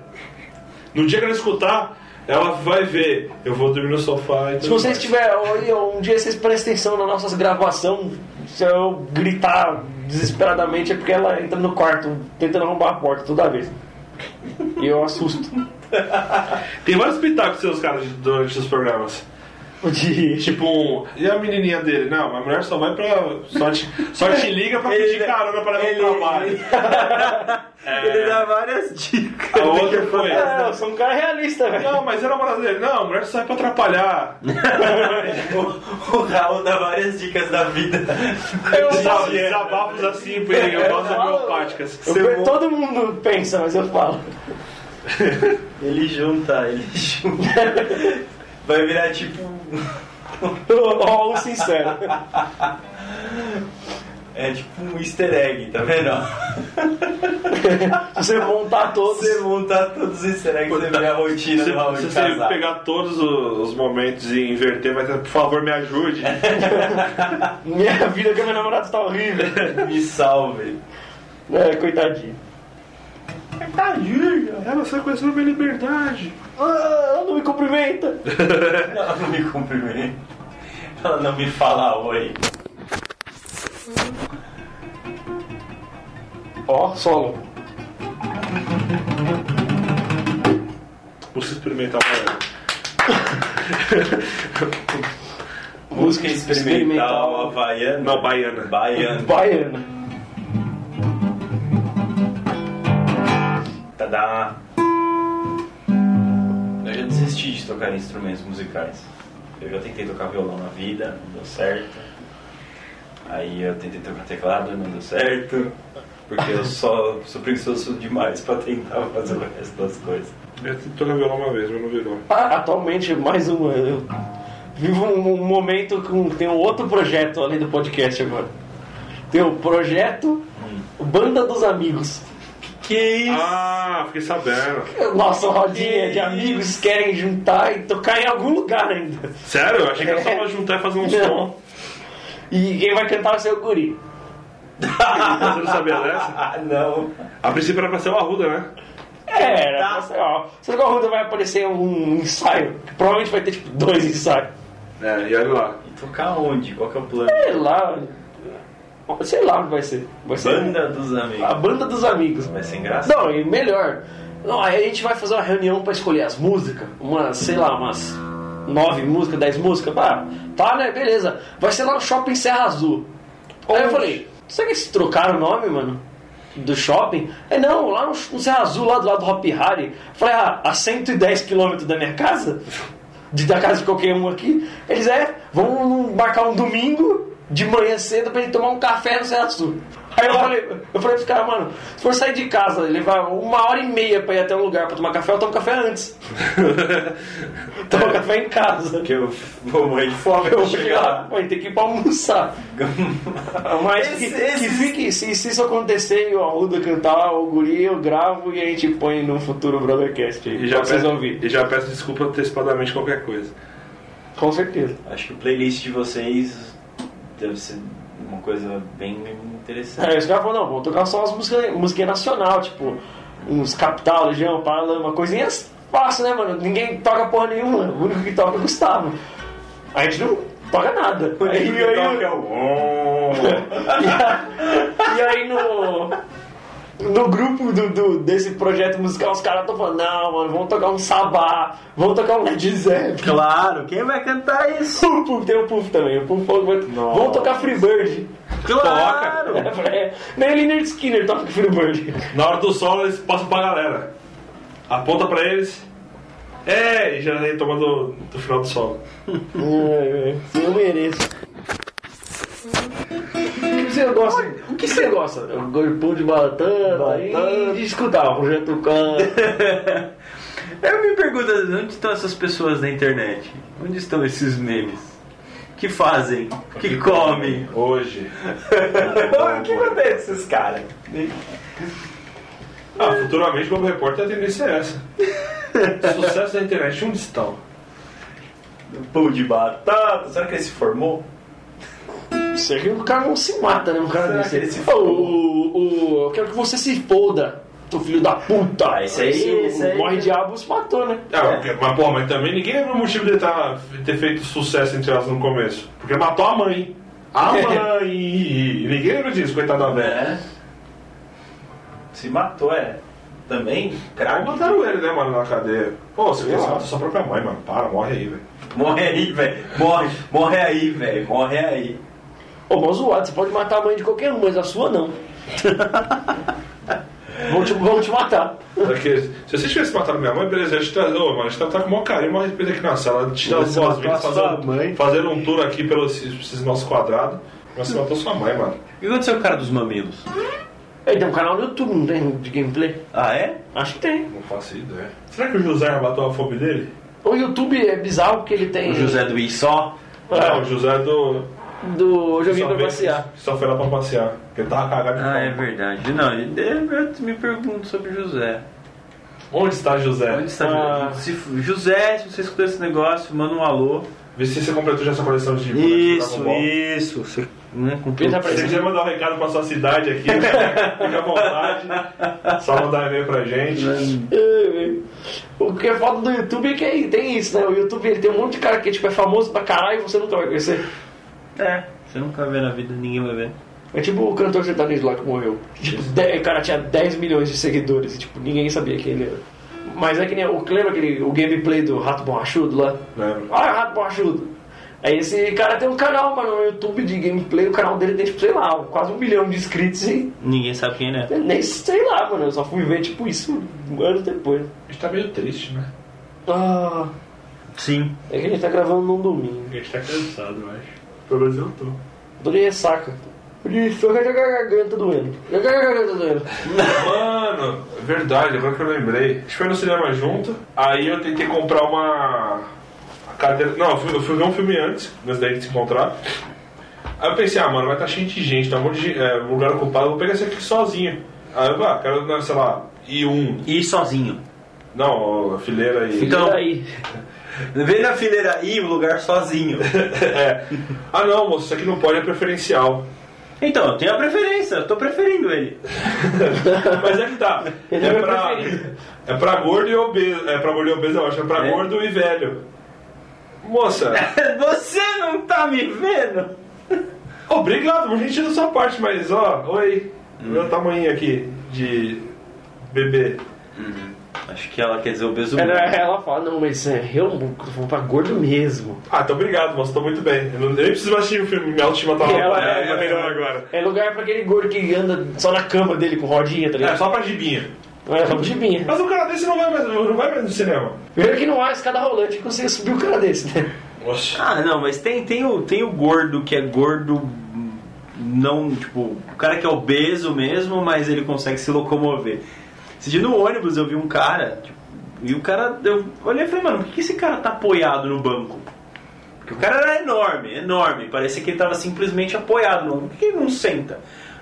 Speaker 5: No dia que ela escutar, ela vai ver. Eu vou dormir no sofá e
Speaker 10: Se
Speaker 5: tudo
Speaker 10: vocês
Speaker 5: mais.
Speaker 10: tiverem, olha, um dia vocês prestem atenção na nossa gravação, se eu gritar desesperadamente é porque ela entra no quarto tentando arrombar a porta toda vez. E eu assusto.
Speaker 5: Tem vários pitacos seus caras durante os programas.
Speaker 10: De...
Speaker 5: Tipo um. E a menininha dele? Não, mas a mulher só vai pra. Só te, só te liga pra
Speaker 4: Ele-
Speaker 5: pedir carona pra levar pro trabalho. É.
Speaker 4: Ele dá várias dicas.
Speaker 5: A outra foi.
Speaker 10: É, eu sou um cara realista, velho.
Speaker 5: Não, mas era namorada dele. Não, a mulher só sai pra atrapalhar.
Speaker 2: O, o Raul dá várias dicas da vida.
Speaker 10: Eu,
Speaker 5: Desab- Desabafos assim, bem, eu gosto
Speaker 10: falo-
Speaker 5: homeopáticas.
Speaker 10: eu-
Speaker 5: Você-
Speaker 10: todo mundo pensa, mas eu falo.
Speaker 4: Ele junta, ele junta. Vai virar tipo.
Speaker 10: Rolo sincero.
Speaker 4: É tipo um easter egg, tá vendo?
Speaker 10: Se você montar todos.
Speaker 4: Você monta todos os easter eggs, você vê a rotina
Speaker 5: Se,
Speaker 4: do Raul
Speaker 5: se
Speaker 4: de
Speaker 5: você
Speaker 4: casar.
Speaker 5: pegar todos os os momentos e inverter, vai ser, por favor, me ajude.
Speaker 10: Minha vida com meu namorado tá horrível.
Speaker 4: Me salve.
Speaker 10: É, coitadinho.
Speaker 5: é, você conheceu minha liberdade.
Speaker 10: Ah, não me cumprimenta.
Speaker 4: Ela não me cumprimenta. Ela não me fala oi.
Speaker 10: Ó, solo.
Speaker 5: Você experimentar uma.
Speaker 4: Música experimental, havaiana.
Speaker 5: Não, baiana.
Speaker 4: Baiana.
Speaker 10: Baiana.
Speaker 4: tá, Tadá. Eu já desisti de tocar instrumentos musicais. Eu já tentei tocar violão na vida, não deu certo. Aí eu tentei tocar teclado, não deu certo. Porque eu só sou preguiçoso demais pra tentar fazer o resto das coisas.
Speaker 5: Eu tentei tocar violão uma vez, mas não virou.
Speaker 10: Ah, atualmente, mais uma. Eu vivo um, um momento com. Tem um outro projeto além do podcast agora. Tem o projeto
Speaker 5: Hum.
Speaker 10: Banda dos Amigos. é
Speaker 4: Que isso?
Speaker 5: Ah, fiquei sabendo.
Speaker 10: Nossa rodinha de amigos querem juntar e tocar em algum lugar ainda.
Speaker 5: Sério? Eu achei que era só pra juntar e fazer um som.
Speaker 10: E quem vai cantar vai ser o guri.
Speaker 5: Você não sabia dessa?
Speaker 4: Ah, não.
Speaker 5: A princípio era pra ser o Arruda, né?
Speaker 10: É, era. Tá. Ó, será que o Arruda vai aparecer um ensaio? Que provavelmente vai ter tipo dois ensaios.
Speaker 5: É, e olha lá.
Speaker 4: E tocar onde? Qual que é o plano?
Speaker 10: Sei lá. Sei lá onde vai ser. Vai ser
Speaker 4: Banda dos amigos.
Speaker 10: A banda dos amigos.
Speaker 4: Vai ser engraçado.
Speaker 10: Não, e melhor. Não, aí a gente vai fazer uma reunião pra escolher as músicas. Umas, sei lá, umas nove músicas, dez músicas. Pá, tá, né? Beleza. Vai ser lá no shopping Serra Azul. Aí eu falei, será que eles trocaram o nome, mano? Do shopping? É não, lá no, no Serra Azul, lá do lado do Hop Harry. Falei, ah, a 110 quilômetros da minha casa, de, da casa de qualquer um aqui, eles é, vamos marcar um domingo de manhã cedo pra gente tomar um café no Serra Azul. Aí eu falei, eu falei pros caras, mano, se for sair de casa, levar uma hora e meia pra ir até um lugar pra tomar café, eu tomo café antes. tomo café em casa.
Speaker 4: Porque eu vou morrer de fome
Speaker 10: Eu "Ah,
Speaker 4: quando
Speaker 10: vou
Speaker 4: chegar
Speaker 10: chegar,
Speaker 4: lá.
Speaker 10: vai ter que ir pra almoçar. Ah, Mas que,
Speaker 4: Esse-
Speaker 10: que fique, se, se isso acontecer e o Arruda cantar, o Guri, eu gravo e a gente põe no futuro Brothercast.
Speaker 5: E
Speaker 10: aí,
Speaker 5: já,
Speaker 10: pra vocês
Speaker 5: peço,
Speaker 10: ouvirem.
Speaker 5: e já peço desculpa antecipadamente qualquer coisa.
Speaker 10: Com certeza.
Speaker 4: Acho que o playlist de vocês deve ser uma coisa bem interessante.
Speaker 10: Aí os caras falaram, não, vamos tocar só as músicas música nacional, tipo, uns Capital, Legião, Paralama, coisinhas fácil, né, mano? Ninguém toca porra nenhuma, o único que toca é o Gustavo. A gente não toca nada. Aí,
Speaker 4: Aí
Speaker 10: aí-
Speaker 4: toca o-
Speaker 10: E aí no. No grupo do, do- desse projeto musical, os caras estão falando, não, mano, vamos tocar um sabá, vamos tocar um Led Zeppelin.
Speaker 2: Claro, quem vai cantar isso?
Speaker 10: O Puff, tem o Puff também, o Puff falou que vai-
Speaker 2: Nossa.
Speaker 10: Vamos tocar Freebird.
Speaker 2: Claro!
Speaker 10: É, é, nem o Leonard Skinner toca Freebird.
Speaker 5: Na hora do solo, eles passam pra galera. Aponta pra eles. É, e já retoma do, do final do solo.
Speaker 10: Ai, ai, Eu mereço. O que você gosta? O que você gosta? Um Golpão de batata, e de escutar o projeto Can.
Speaker 4: Eu me pergunto, onde estão essas pessoas na internet? Onde estão esses memes? Que fazem? Que comem?
Speaker 5: Hoje.
Speaker 4: O que acontece com esses caras?
Speaker 5: Ah, futuramente como repórter a tendência é essa. Sucesso da internet, um onde estão?
Speaker 4: Pão de batata. Será que ele se formou?
Speaker 10: Isso aqui o cara não se mata, né? O cara
Speaker 4: Será
Speaker 10: desse.
Speaker 4: que ele se
Speaker 10: Ô, o, o- Eu quero que você se foda, seu filho da puta.
Speaker 4: Ah, esse aí-
Speaker 10: o-
Speaker 4: esse aí- é.
Speaker 10: o Morre diabo se matou, né?
Speaker 5: Ah, porque- mas porra, mas também ninguém lembra o motivo de tá- ter feito sucesso entre elas no começo. Porque matou a mãe. A mãe! E ninguém lembra disso, coitada da velha.
Speaker 4: É. Se matou, é. Também?
Speaker 5: Aí
Speaker 4: Craque.
Speaker 5: botaram ele, né, mano, na cadeia. Pô, você
Speaker 10: Sei
Speaker 5: quer
Speaker 10: lá.
Speaker 5: matar sua própria mãe, mano. Para, morre aí, velho.
Speaker 4: Morre aí, velho. Morre, morre aí, velho. Morre aí.
Speaker 10: Ô, mó zoado, você pode matar a mãe de qualquer um, mas a sua não. vão, te, vão te matar.
Speaker 5: Porque É se você tivesse matado minha mãe, beleza, a gente tá, ô, mano, a gente tá, tá com o maior carinho, o maior respeito aqui na sala. A gente dá as
Speaker 10: Você
Speaker 5: boas-vindas,
Speaker 10: matou a sua
Speaker 5: fazer,
Speaker 10: mãe.
Speaker 5: fazer um tour aqui pelos esses nossos quadrados. Mas você matou sua mãe, mano.
Speaker 4: O que aconteceu com o cara dos mamilos?
Speaker 10: Ele tem um canal no YouTube, não tem de gameplay?
Speaker 4: Ah, é?
Speaker 10: Acho que tem.
Speaker 5: Não faço ideia. Será que o José matou a fome dele?
Speaker 10: O YouTube é bizarro porque ele tem.
Speaker 4: O José do Isó?
Speaker 5: Não, É, o José do.
Speaker 10: Do
Speaker 5: que
Speaker 10: joguinho
Speaker 5: só
Speaker 10: pra
Speaker 5: veio-
Speaker 10: passear.
Speaker 5: que Só foi lá pra passear. Porque ele tava cagado de
Speaker 4: Ah, é
Speaker 5: fome.
Speaker 4: verdade. Não, eu, eu me pergunto sobre o José.
Speaker 5: Onde está José?
Speaker 4: Onde está
Speaker 5: Ah,
Speaker 4: José? Se, José, se você escutou esse negócio, manda um alô.
Speaker 5: Vê se você completou já essa coleção de tá bonecos de Dragon
Speaker 4: Isso,
Speaker 5: Ball.
Speaker 4: isso. Você, né, com
Speaker 10: Ele tá
Speaker 5: Se você
Speaker 10: parecendo.
Speaker 5: quiser mandar um recado pra sua cidade aqui, né? fica à vontade. Só mandar um e-mail pra gente.
Speaker 10: É, velho. O que é foda do YouTube é que aí tem isso, né? O YouTube ele tem um monte de cara que tipo, é famoso pra caralho e você nunca vai conhecer.
Speaker 4: É, você nunca vê na vida, ninguém vai ver.
Speaker 10: É tipo o cantor sertanejo lá que morreu. Tipo, de- o cara tinha 10 milhões de seguidores e tipo, ninguém sabia quem ele era. Mas é que nem o lembra aquele o gameplay do Rato Borrachudo lá?
Speaker 5: Lembro.
Speaker 10: Olha o Rato Borrachudo. Aí esse cara tem um canal, mano, no YouTube de gameplay, o canal dele tem, tipo, sei lá, quase um milhão de inscritos e
Speaker 4: Ninguém sabe quem ele é.
Speaker 10: eu nem sei lá, mano. Eu só fui ver tipo isso um ano depois.
Speaker 5: A gente tá meio triste, né?
Speaker 10: Ah,
Speaker 4: Sim.
Speaker 10: é que a gente tá gravando num domingo.
Speaker 5: A gente tá cansado, eu acho. Pelo menos eu tô.
Speaker 10: Tô de ressaca. Tô de ressaca, já com a garganta doendo. Já com a garganta doendo.
Speaker 5: Mano, é verdade, agora que eu lembrei. A gente foi no cinema junto, aí eu tentei comprar uma a cadeira. Não, eu fui, eu fui ver um filme antes, antes da gente se encontrar. Aí eu pensei, ah, mano, vai estar cheio de gente, tá um monte de é, lugar ocupado, eu vou pegar esse aqui sozinho. Aí eu, ah, quero, né, sei lá, e um.
Speaker 4: E sozinho.
Speaker 5: Não, fileira e.
Speaker 4: Então-
Speaker 10: E daí?
Speaker 4: Vê na fileira aí o lugar sozinho.
Speaker 5: é. Ah, não, moço, isso aqui não pode, é preferencial.
Speaker 4: Então, eu tenho a preferência, eu tô preferindo ele.
Speaker 5: Mas é que tá.
Speaker 10: Ele é
Speaker 5: É
Speaker 10: meu
Speaker 5: pra,
Speaker 10: preferido.
Speaker 5: é pra gordo e obeso. É pra gordo e obeso, eu acho. É pra
Speaker 4: É.
Speaker 5: gordo e velho. Moça,
Speaker 4: Você não tá me vendo?
Speaker 5: obrigado por gentil da sua parte, mas ó, oi.
Speaker 10: Hum.
Speaker 5: Meu tamanho aqui de bebê.
Speaker 4: Acho que ela quer dizer obeso.
Speaker 10: Ela, ela fala, não, mas é, eu vou pra gordo mesmo.
Speaker 5: Ah, então obrigado, moça, tô muito bem. Eu, não, eu nem preciso mais assistir o filme, minha autoestima tá
Speaker 10: E ela
Speaker 5: tá
Speaker 10: é-
Speaker 5: melhor agora.
Speaker 10: É lugar pra aquele gordo que anda só na cama dele com rodinha, tá
Speaker 5: É
Speaker 10: ligado?
Speaker 5: só pra gibinha.
Speaker 10: Não é só de minha.
Speaker 5: Mas um cara desse não vai mais, não vai mais no cinema.
Speaker 10: Primeiro que não há escada rolante que você subir o cara desse, né?
Speaker 5: Oxe.
Speaker 4: Ah, não, mas tem, tem, o, tem o gordo que é gordo. hum, Não, tipo, o cara que é obeso mesmo, mas ele consegue se locomover. Esse dia no ônibus eu vi um cara, tipo, e o cara, eu olhei e falei, mano, por que esse cara tá apoiado no banco? Porque o cara era enorme, enorme, parecia que ele tava simplesmente apoiado no banco, por que ele não senta?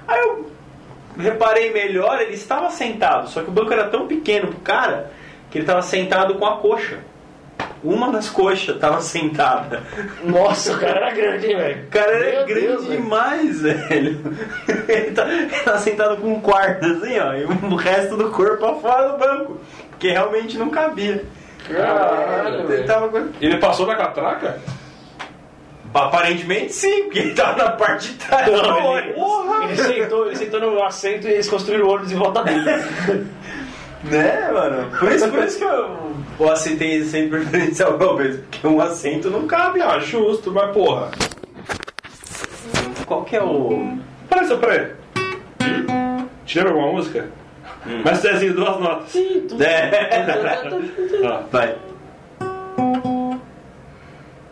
Speaker 4: Aí eu reparei melhor, ele estava sentado, só que o banco era tão pequeno pro cara que ele tava sentado com a coxa. Uma das coxas tava sentada.
Speaker 10: Nossa, o cara era grande, hein, velho?
Speaker 4: O cara é
Speaker 10: Meu
Speaker 4: grande
Speaker 10: Deus, velho.
Speaker 4: demais, velho. Ele tá, ele tá sentado com um quarto, assim, ó, e o resto do corpo pra fora do banco. Porque realmente não cabia.
Speaker 10: Caralho,
Speaker 4: Ele
Speaker 10: velho.
Speaker 4: tava com-
Speaker 5: Ele passou na catraca?
Speaker 4: Aparentemente sim, porque ele tava na parte de trás do
Speaker 10: Não, ele,
Speaker 4: ônibus.
Speaker 10: ele sentou, ele sentou no assento e eles construíram o ônibus em volta dele.
Speaker 4: Né, mano? Por isso, por isso que eu, eu aceitei sempre preferencial pra vez, porque um assento não cabe, ó.
Speaker 5: Ah, justo, mas porra.
Speaker 4: Qual que é o.
Speaker 5: Peraí, só peraí. Te lembra alguma música? Mas
Speaker 4: assim,
Speaker 5: Cezinho, duas notas.
Speaker 10: Sim, tudo.
Speaker 4: Hum. É. Vai.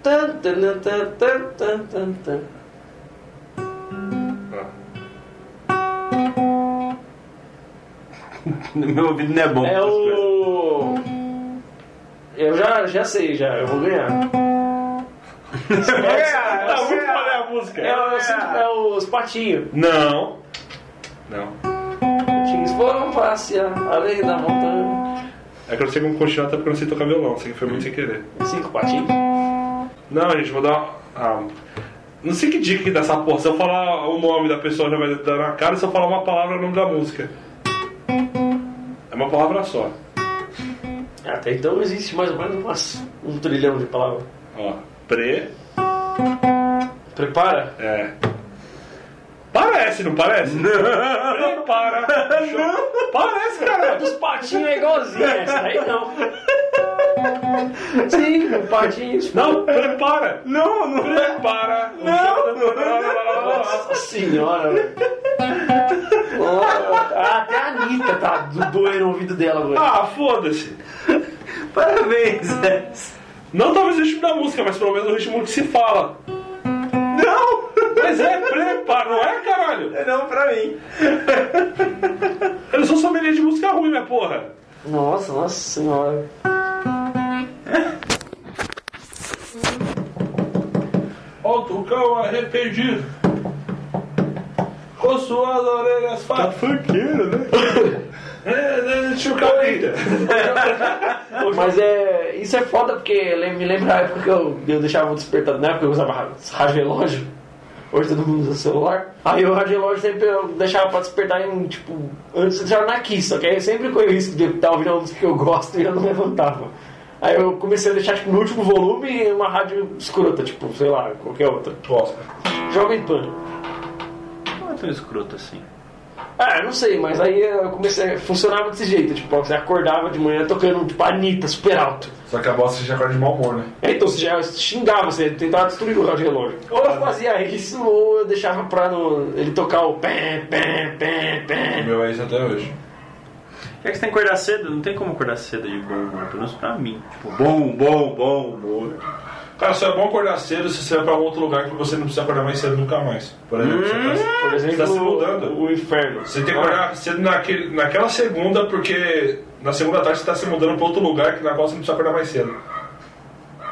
Speaker 10: Tan, tan, tan, tan, tan, tan, tan.
Speaker 4: Meu ouvido não é bom.
Speaker 10: É
Speaker 4: pra essas coisas.
Speaker 10: o. Eu já, já sei, já, eu vou ganhar.
Speaker 4: Ah,
Speaker 5: Tá muito pra ler a música.
Speaker 10: É, o- é os patinhos.
Speaker 5: Não. Não.
Speaker 10: Patinhos foram passear além da montanha.
Speaker 5: É que eu não sei como continuar, até porque eu não sei tocar violão, sei que foi muito sem querer.
Speaker 10: Cinco patinhos.
Speaker 5: Não, gente, vou dar. Ah, não sei que dica que dá essa porra. Se eu falar o nome da pessoa já vai dar na cara, se eu falar uma palavra é o nome da música. É uma palavra só.
Speaker 10: Até então existe mais ou menos umas, um trilhão de palavras.
Speaker 5: Ó. Pre.
Speaker 10: Prepara?
Speaker 5: É. Parece, não parece? Não. Para. Parece, cara.
Speaker 10: Dos patinhos é igualzinho, essa daí não. Cinco patinhos.
Speaker 5: Não, prepara! Não, não! Prepara! Não!
Speaker 10: Nossa senhora, velho. Ó, Até a Anitta tá do- doendo o ouvido dela agora.
Speaker 5: Ah, foda-se!
Speaker 4: Parabéns, Zé.
Speaker 5: Não talvez o ritmo da música, mas pelo menos o ritmo que se fala. Não! Mas é, prepara, não é, caralho?
Speaker 4: Não pra mim.
Speaker 5: Eu não sou sommelier de música ruim, minha porra!
Speaker 10: Nossa, nossa senhora.
Speaker 5: Ó o Tucão arrependido! Com suas orelhas fartas. Tá funkeiro, né? É, deixa o cara ainda.
Speaker 10: Mas é. Isso é foda porque lem- me lembra a época que eu, eu deixava o despertador, na época eu usava ra- rádio relógio. Hoje todo mundo usa celular. Aí o rádio relógio sempre eu deixava pra despertar em, tipo, antes de deixar na Kiss, só que aí eu sempre corri o risco de eu estar ouvindo uma música que eu gosto e eu não levantava. Aí eu comecei a deixar tipo, no último volume uma rádio escrota, tipo, sei lá, qualquer outra.
Speaker 5: Gosto.
Speaker 10: Jovem Pan.
Speaker 4: Não é tão escroto assim.
Speaker 10: Ah, não sei, mas aí eu comecei. Funcionava desse jeito, tipo, você acordava de manhã tocando, tipo, Anitta, super alto.
Speaker 5: Só que a bosta já acorda de mau humor, né?
Speaker 10: É, Então você já xingava, você tentava destruir o rádio relógio. Ou eu fazia isso, ou eu deixava pra no- ele tocar o pé, pé, pé,
Speaker 5: O
Speaker 10: pé.
Speaker 5: meu é isso até hoje.
Speaker 4: Já que você tem que acordar cedo, não tem como acordar cedo de bom humor, pelo menos pra mim. Tipo, bom, bom, bom humor.
Speaker 5: Cara, só é bom acordar cedo se você vai pra um outro lugar que você não precisa acordar mais cedo nunca mais. Por exemplo, você, tá,
Speaker 10: Por exemplo,
Speaker 5: Tá se mudando.
Speaker 10: o inferno.
Speaker 5: você tem que acordar cedo naquele, naquela segunda, porque na segunda tarde você tá se mudando pra outro lugar que na qual você não precisa acordar mais cedo.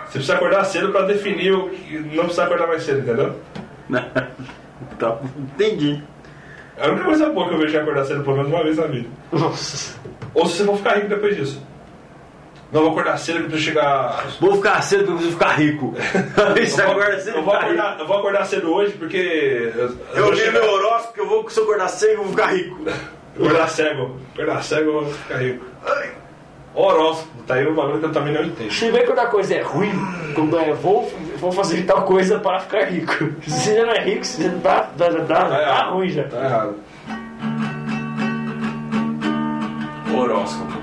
Speaker 5: Você precisa acordar cedo pra definir o que não precisa acordar mais cedo, entendeu?
Speaker 4: tá, entendi.
Speaker 5: É a única coisa boa que eu vejo é acordar cedo pelo menos uma vez na vida.
Speaker 10: Nossa.
Speaker 5: Ou se você for ficar rico depois disso. Não vou acordar cedo que eu preciso chegar
Speaker 4: Vou ficar cedo porque eu preciso ficar rico. Isso
Speaker 5: Eu vou-
Speaker 4: agora cedo.
Speaker 5: eu vou,
Speaker 4: ficar rico.
Speaker 5: acordar, eu vou acordar cedo hoje porque. Eu,
Speaker 4: Eu
Speaker 5: vou
Speaker 4: li
Speaker 5: chegar-
Speaker 4: meu horóscopo que eu vou, se eu acordar cedo, eu vou ficar rico.
Speaker 5: Acordar cego. Acordar cego, eu vou ficar rico. Ai. Horóscopo, tá aí um bagulho que eu também não entendo.
Speaker 10: Se bem quando a coisa é ruim, quando é vou, vou fazer tal coisa para ficar rico. Se você não é rico, você já tá, tá, tá, tá, tá
Speaker 5: errado.
Speaker 10: ruim já.
Speaker 5: Tá errado. Horóscopo.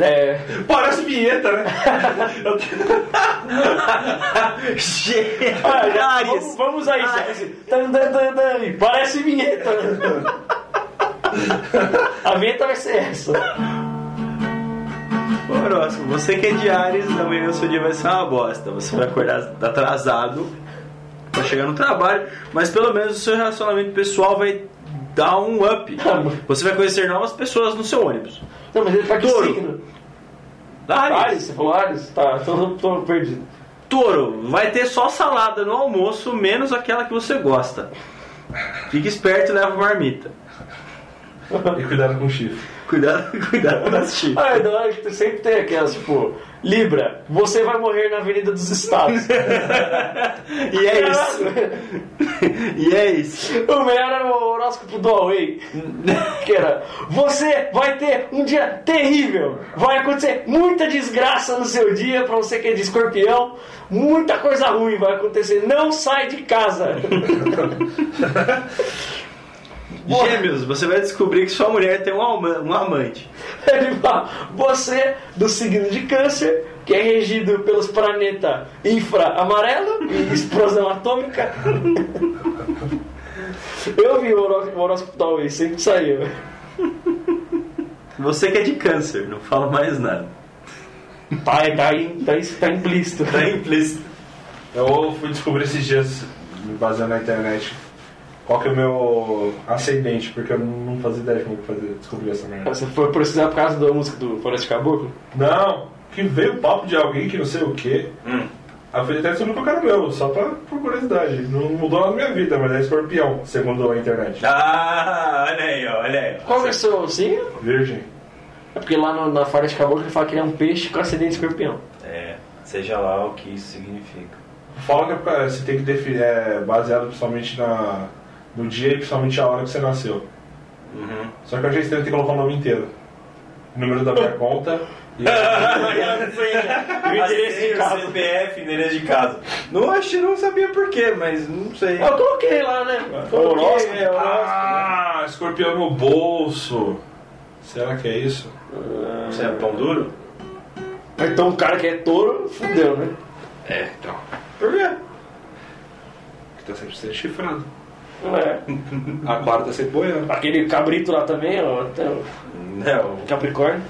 Speaker 10: É,
Speaker 5: Parece vinheta, né? Eu tenho-
Speaker 10: Ah,
Speaker 4: Áries.
Speaker 10: vamos, vamos a isso. Tan, tan, tan, tan. Parece vinheta. a vinheta vai ser essa.
Speaker 4: Horóscopo, você que é de Ares, amanhã o seu dia vai ser uma bosta. Você vai acordar atrasado pra chegar no trabalho, mas pelo menos o seu relacionamento pessoal vai dar um up. Você vai conhecer novas pessoas no seu ônibus.
Speaker 10: Não, mas ele tá que
Speaker 4: Touro.
Speaker 10: signo? Ares,
Speaker 4: Ares,
Speaker 10: você falou Ares? Tá, tô, tô perdido.
Speaker 4: touro, vai ter só salada no almoço, menos aquela que você gosta. Fique esperto e leva marmita.
Speaker 5: E cuidado com o chifre.
Speaker 4: Cuidado, cuidado com as chifres.
Speaker 10: Ah, eu acho que sempre tem aquelas, tipo, Libra, você vai morrer na Avenida dos Estados.
Speaker 4: E é isso. E é isso.
Speaker 10: o melhor era o horóscopo do Huawei. Que era, você vai ter um dia terrível. Vai acontecer muita desgraça no seu dia, pra você que é de escorpião. Muita coisa ruim vai acontecer. Não sai de casa.
Speaker 4: Gêmeos, você vai descobrir que sua mulher tem um, alma- um amante.
Speaker 10: Ele fala, você do signo de câncer, que é regido pelos planetas infra amarelo e explosão atômica. Eu vi o horó- o horóscopo da Huawei, sempre saiu.
Speaker 4: Você que é de câncer, não fala mais nada.
Speaker 10: Tá, tá, im- tá, im- tá implícito.
Speaker 4: Tá implícito.
Speaker 5: Eu fui descobrir esses dias, me baseando na internet, qual que é o meu ascendente, porque eu não fazia ideia de como fazer, descobrir essa merda.
Speaker 10: Você foi precisar por causa da música do Floresta Caboclo?
Speaker 5: Não, que veio o papo de alguém que não sei o que. A filha até subiu pra cara meu, só pra, por curiosidade. Não mudou nada na minha vida, mas é escorpião, segundo a internet.
Speaker 4: Ah, olha aí, ó, olha aí. ó.
Speaker 10: Qual que é o seu signo?
Speaker 5: Virgem.
Speaker 10: É porque lá no- na Fara de Caboclo ele fala que ele é um peixe com acidente escorpião.
Speaker 4: É, seja lá o que isso significa.
Speaker 5: Fala que é pra- você tem que definir, é baseado principalmente na, no dia e principalmente a hora que você nasceu.
Speaker 4: Uhum.
Speaker 5: Só que eu achei que você tem que colocar o nome inteiro. O número da minha conta e
Speaker 4: o endereço de casa. CPF, endereço é de casa. Não achei, não sabia porquê, mas não sei.
Speaker 10: Ah, Eu coloquei lá, né?
Speaker 4: horóscopo?
Speaker 10: Coloquei, é, horóscopo.
Speaker 5: Ah, escorpião no bolso. Será que é isso?
Speaker 4: Você é pão duro?
Speaker 10: Então o cara que é touro, fudeu, né?
Speaker 5: É, então.
Speaker 4: Por quê?
Speaker 5: Que tá sempre sendo chifrado.
Speaker 10: É.
Speaker 5: Aquário tá sempre boiando.
Speaker 10: Aquele cabrito lá também, ó, até o
Speaker 4: Não.
Speaker 10: Capricórnio.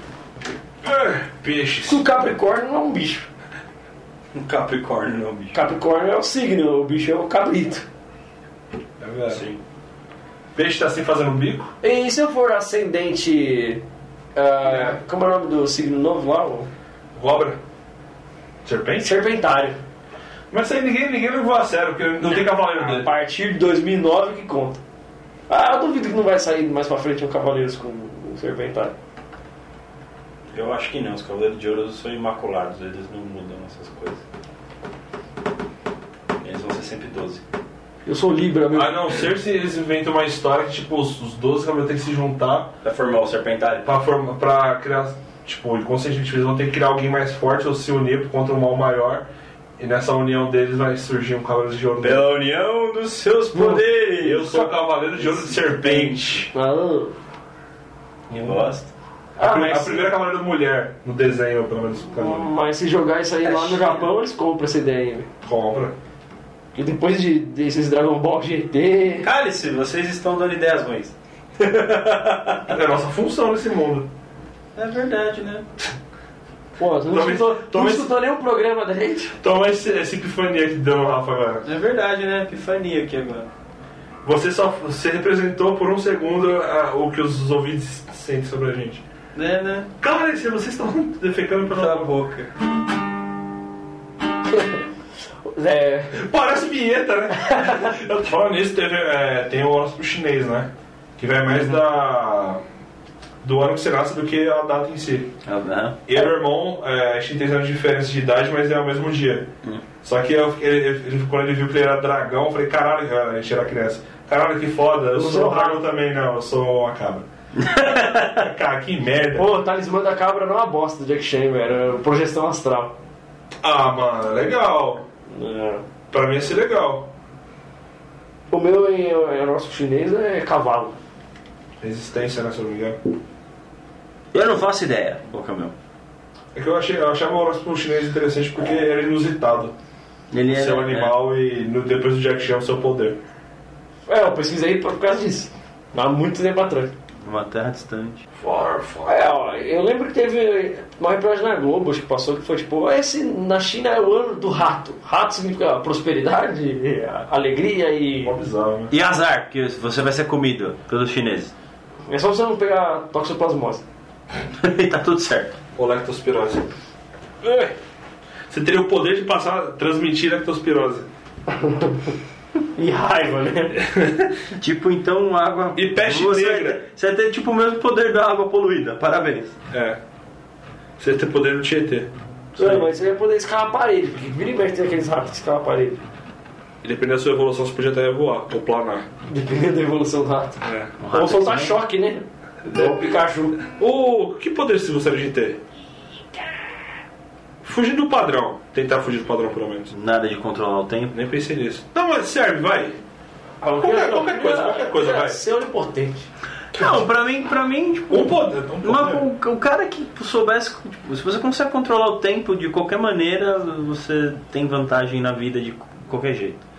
Speaker 5: Ah, Peixes.
Speaker 10: O Capricórnio não é um bicho.
Speaker 4: Um Capricórnio não, bicho.
Speaker 10: Capricórnio é o signo, o bicho é o cabrito.
Speaker 5: É verdade.
Speaker 4: Sim.
Speaker 5: Peixe tá sempre fazendo bico.
Speaker 10: E se eu for ascendente. ah, como é o nome do signo novo lá? O
Speaker 5: Cobra. Serpente?
Speaker 10: Serpentário.
Speaker 5: Mas isso aí ninguém, ninguém levou a sério, porque não, tem cavaleiro
Speaker 10: A
Speaker 5: dele.
Speaker 10: partir de 2009 que conta. Ah, eu duvido que não vai sair mais pra frente um Cavaleiros com o Serpentário.
Speaker 4: Eu acho que não, os Cavaleiros de Ouro são imaculados, eles não mudam essas coisas. Eles vão ser sempre 12.
Speaker 10: Eu sou Libra, meu.
Speaker 5: A não ser se eles inventam uma história que, tipo, os, os 12 cavaleiros têm que se juntar
Speaker 4: Pra formar o Serpentário?
Speaker 5: pra, forma, pra criar. Tipo, inconscientemente eles vão ter que criar alguém mais forte ou se unir contra um mal maior. E nessa união deles vai surgir um cavaleiro de ouro.
Speaker 4: Pela união dos seus poderes!
Speaker 5: Eu sou o cavaleiro de ouro de serpente.
Speaker 10: Ah,
Speaker 4: Eu gosto.
Speaker 10: Ah,
Speaker 5: a
Speaker 10: mas,
Speaker 5: primeira cavaleira mulher no desenho, pelo menos, do canal.
Speaker 10: mas se jogar isso aí lá no
Speaker 4: China.
Speaker 10: Japão, eles compram essa ideia, velho.
Speaker 5: Compra.
Speaker 10: E depois de, desses Dragon Ball GT.
Speaker 4: Cálice, vocês estão dando ideias ruins.
Speaker 5: É a nossa função nesse mundo.
Speaker 4: É verdade, né?
Speaker 10: Pô, tu não escutou,
Speaker 5: Toma esse-
Speaker 10: não
Speaker 5: toma esse-
Speaker 10: escutou nenhum programa da gente?
Speaker 5: Toma esse, essa epifania que deu no Rafa agora.
Speaker 4: É verdade, né? Epifania aqui agora.
Speaker 5: Você só você representou por um segundo a- o que os ouvintes sentem sobre a gente.
Speaker 4: Né, né?
Speaker 5: Cara, se vocês estão defecando
Speaker 4: Cala
Speaker 5: pela
Speaker 4: a boca.
Speaker 10: É,
Speaker 5: Parece vinheta, né? Eu tô falando nisso, teve, é, tem o horóscopo chinês, né? Que vai mais da, do ano que você nasce do que a data em si.
Speaker 4: Aham.
Speaker 5: E meu irmão, é, a gente tem anos de diferença de idade, mas é o mesmo dia. Só que eu- ele, ele- quando ele viu que ele era dragão, eu falei, caralho, cara, a gente era criança. Caralho, que foda, eu
Speaker 10: sou
Speaker 5: sou um dragão também, não, eu sou uma cabra. Cara, que merda.
Speaker 10: pô, o Talismã da Cabra não é uma bosta do Jack Chan, velho. é Projeção astral. É.
Speaker 5: Ah, mano, legal. Pra mim ia ser legal.
Speaker 10: O meu em horóscopo chinês é cavalo.
Speaker 5: Resistência, né, se eu não me engano.
Speaker 4: Eu não faço ideia. Boca meu.
Speaker 5: É que eu, achei, eu achava o horóscopo chinês interessante porque era inusitado.
Speaker 4: Ele é.
Speaker 5: Ser um animal e no, depois do Jack Chan o seu poder.
Speaker 10: É, eu pesquisei por causa disso. Há muito tempo atrás.
Speaker 4: Uma terra distante.
Speaker 5: Far, far.
Speaker 10: É, ó, eu lembro que teve uma reportagem na Globo acho que passou que foi tipo, esse na China é o ano do rato. Rato significa prosperidade, alegria e.
Speaker 5: Mó bizarro, né?
Speaker 4: E azar, porque você vai ser comido pelos chineses.
Speaker 10: É só você não pegar toxoplasmose.
Speaker 4: e tá tudo certo.
Speaker 5: Ou lectospirose. Ei, Você teria o poder de passar, transmitir lectospirose.
Speaker 10: E raiva, né?
Speaker 4: Tipo, então, água.
Speaker 5: E peste
Speaker 4: você,
Speaker 5: negra.
Speaker 4: Você tem, tipo, o mesmo poder da água poluída. Parabéns.
Speaker 5: É. Você teria o poder do Tietê.
Speaker 10: É, mas você ia poder escalar a parede, porque vira e mexe tem aqueles ratos que escalam a parede.
Speaker 5: E dependendo da sua evolução, você podia até voar ou planar.
Speaker 10: Dependendo da evolução do rato.
Speaker 5: É.
Speaker 10: Ou soltar choque, né?
Speaker 5: Então,
Speaker 10: Ou o Pikachu.
Speaker 5: Ô, que poder você gostaria de ter? Fugir do padrão. Tentar fugir do padrão, pelo menos.
Speaker 4: Nada de controlar o tempo.
Speaker 5: Nem pensei nisso. Não, mas serve, vai. Qualquer- qualquer coisa, qualquer coisa, vai.
Speaker 10: Ser onipotente.
Speaker 4: Não, pra mim, pra mim, tipo.
Speaker 5: Um poder, um
Speaker 4: Uma-
Speaker 5: poder.
Speaker 4: o, o cara que soubesse, tipo, se você consegue controlar o tempo de qualquer maneira, você tem vantagem na vida de qualquer jeito.